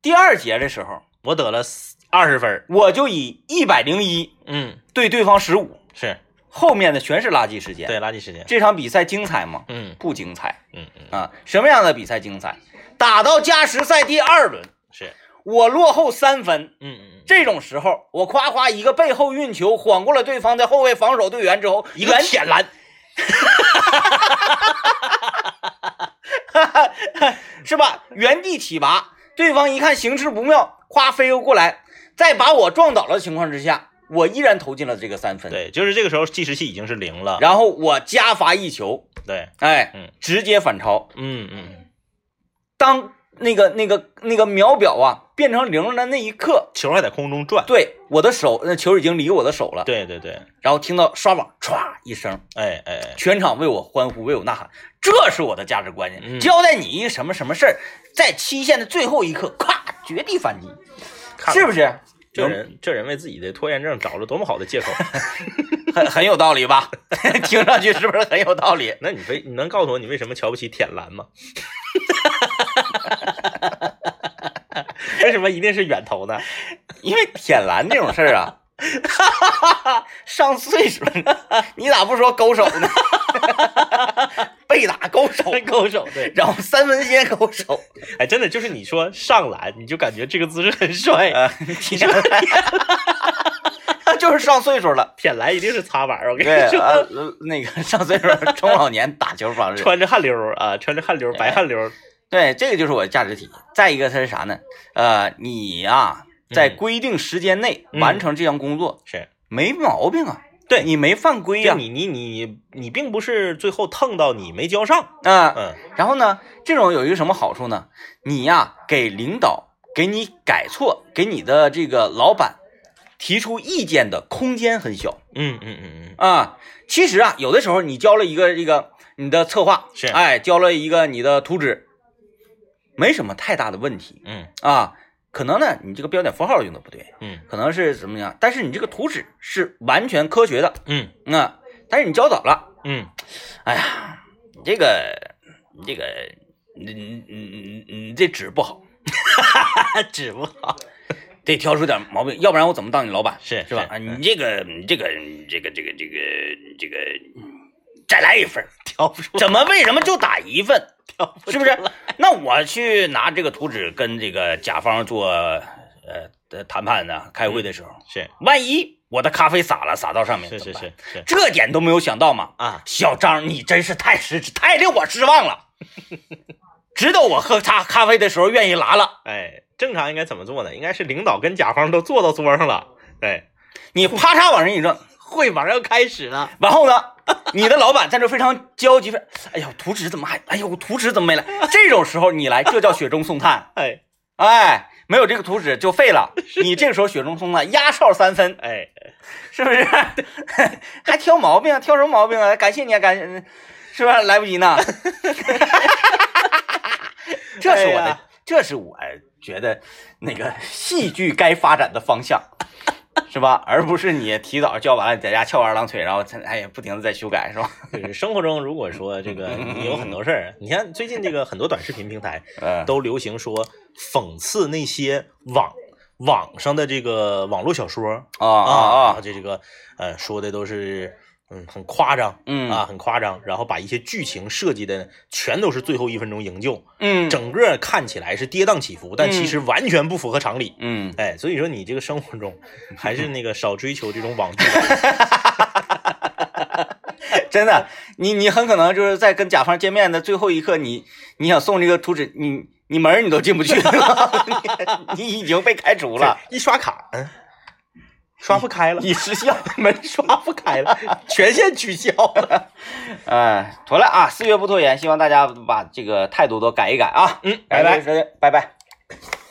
Speaker 1: 第二节的时候，
Speaker 2: 我得了二十分儿，
Speaker 1: 我就以一百零一
Speaker 2: 嗯，
Speaker 1: 对对方十五，
Speaker 2: 是
Speaker 1: 后面的全是垃圾时间。
Speaker 2: 对垃圾时间，
Speaker 1: 这场比赛精彩吗？
Speaker 2: 嗯
Speaker 1: 不精彩
Speaker 2: 嗯嗯
Speaker 1: 啊！什么样的比赛精彩？打到加时赛第二轮，
Speaker 2: 是，
Speaker 1: 我落后三分，
Speaker 2: 嗯嗯
Speaker 1: 这种时候我夸夸一个背后运球晃过了对方的后卫防守队员之后，
Speaker 2: 一个
Speaker 1: 远
Speaker 2: 舔篮，
Speaker 1: 是吧？原地起拔，对方一看形势不妙，夸飞过来，在把我撞倒了的情况之下，我依然投进了这个三分，
Speaker 2: 对，就是这个时候计时器已经是零了，
Speaker 1: 然后我加罚一球，
Speaker 2: 对，
Speaker 1: 哎，
Speaker 2: 嗯
Speaker 1: 直接反超。
Speaker 2: 嗯嗯，
Speaker 1: 当那个那个那个秒表啊变成零了的那一刻，
Speaker 2: 球还在空中转，
Speaker 1: 对，我的手，那球已经离我的手了。，
Speaker 2: 对对对，
Speaker 1: 然后听到刷网歘一声，
Speaker 2: 哎哎哎，
Speaker 1: 全场为我欢呼，为我呐喊，这是我的价值观念。
Speaker 2: 嗯
Speaker 1: 交代你一个什么什么事儿，在期限的最后一刻，咵，绝地反击，
Speaker 2: 看
Speaker 1: 是
Speaker 2: 看
Speaker 1: 不是？
Speaker 2: 这人这人为自己的拖延症找了多么好的借口？
Speaker 1: 很很有道 理吧？听上去是不是很有道理？
Speaker 2: 那你为你能告诉我你为什么瞧不起舔篮吗？ 为什么一定是远投呢？
Speaker 1: 因为舔篮这种事儿啊， 上岁数了， 你咋不说勾手呢？ 被打勾手，
Speaker 2: 勾手对，
Speaker 1: 然后三分线勾手，
Speaker 2: 哎，真的就是你说上篮，你就感觉这个姿势很帅。
Speaker 1: 呃，你说， 就是上岁数了。
Speaker 2: 舔篮一 定是擦板儿，我跟
Speaker 1: 对
Speaker 2: 你说，
Speaker 1: 呃，那个上岁数了中老年打球方式，
Speaker 2: 穿着汗溜儿啊，穿着汗溜儿，白汗溜儿。
Speaker 1: 对，这个就是我的价值体。再一个，它是啥呢？呃，你呀、在
Speaker 2: 嗯
Speaker 1: 规定时间内
Speaker 2: 嗯
Speaker 1: 完成这项工作，
Speaker 2: 是，
Speaker 1: 没毛病啊。
Speaker 2: 对
Speaker 1: 你没犯规
Speaker 2: 就
Speaker 1: 呀、
Speaker 2: 你你你你并不是最后蹭到你没交上，
Speaker 1: 啊。
Speaker 2: 嗯，
Speaker 1: 然后呢，这种有一个什么好处呢？你呀、给领导给你改错，给你的这个老板提出意见的空间很小。
Speaker 2: 嗯嗯嗯嗯，
Speaker 1: 啊，其实啊，有的时候你交了一个这个你的策划
Speaker 2: 是
Speaker 1: 哎，交了一个你的图纸，没什么太大的问题
Speaker 2: 嗯
Speaker 1: 啊。可能呢，你这个标点符号用的不对，
Speaker 2: 嗯
Speaker 1: 可能是怎么样？但是你这个图纸是完全科学的，
Speaker 2: 嗯
Speaker 1: 那、但是你交早了，
Speaker 2: 嗯，
Speaker 1: 哎呀，你这个你这个，你你你你你这纸不好，
Speaker 2: 啊，指不好，
Speaker 1: 得挑出点毛病，要不然我怎么当你老板？
Speaker 2: 是
Speaker 1: 是吧？啊，
Speaker 2: 嗯
Speaker 1: 你这个你这个你这个这个这个这个，再来一份儿。
Speaker 2: 挑不出，
Speaker 1: 怎么为什么就打一份？
Speaker 2: 挑 不
Speaker 1: 是不
Speaker 2: 出
Speaker 1: 是？那我去拿这个图纸跟这个甲方做呃呃谈判呢，开会的时候，
Speaker 2: 是，
Speaker 1: 万一我的咖啡洒了，洒到上面，
Speaker 2: 嗯是是
Speaker 1: 怎么办
Speaker 2: 是，是
Speaker 1: 这点都没有想到嘛！
Speaker 2: 啊，
Speaker 1: 小张，你真是太失太令我失望了。 直到我喝他咖啡的时候愿意拉了，
Speaker 2: 哎，正常应该怎么做呢？应该是领导跟甲方都坐到桌上了，对，
Speaker 1: 你啪嚓往上一扔，
Speaker 2: 会马上要开始了，
Speaker 1: 然后呢，你的老板在这非常焦急，哎呦，图纸怎么还？哎呦，图纸怎么没来？这种时候你来，这叫雪中送炭。
Speaker 2: 哎
Speaker 1: 哎，没有这个图纸就废 了。你这个时候雪中送炭，压哨三分，
Speaker 2: 哎，
Speaker 1: 是不 是？还挑毛病，挑什么毛病啊？感谢你啊，感谢，是吧？来不及 呢。这是我
Speaker 2: 哎
Speaker 1: 的
Speaker 2: 呀，
Speaker 1: 这是我觉得那个戏剧该发展的方向，是吧？而不是你提早叫完了，在家翘二郎腿，然后哎呀不停的在修改，是吧？
Speaker 2: 就是生活中如果说这个你有很多事儿，你看最近这个很多短视频 平台
Speaker 1: 嗯，
Speaker 2: 都流行说讽刺那些网网上的这个网络小说
Speaker 1: 啊啊
Speaker 2: 啊，
Speaker 1: 啊，
Speaker 2: 这这个呃说的都是嗯很夸张
Speaker 1: 嗯
Speaker 2: 啊很夸张，然后把一些剧情设计的全都是最后一分钟营救，
Speaker 1: 嗯
Speaker 2: 整个看起来是跌宕起伏，但其实完全不符合常理。
Speaker 1: 嗯，
Speaker 2: 哎，所以说你这个生活 中还是那个少追求这种网剧，
Speaker 1: 真的，你你很可能就是在跟甲方见面的最后一刻，你你想送这个图纸，你你门儿你都进不去了， 你你已经被开除了，
Speaker 2: 一刷卡，嗯，刷不 开了，
Speaker 1: 已失效。
Speaker 2: 门刷不开了，全线取消了。
Speaker 1: 哎，妥了啊，四月不拖延，希望大家把这个态度都改一改啊。
Speaker 2: 嗯，
Speaker 1: 拜
Speaker 2: 拜拜。
Speaker 1: 拜，拜拜。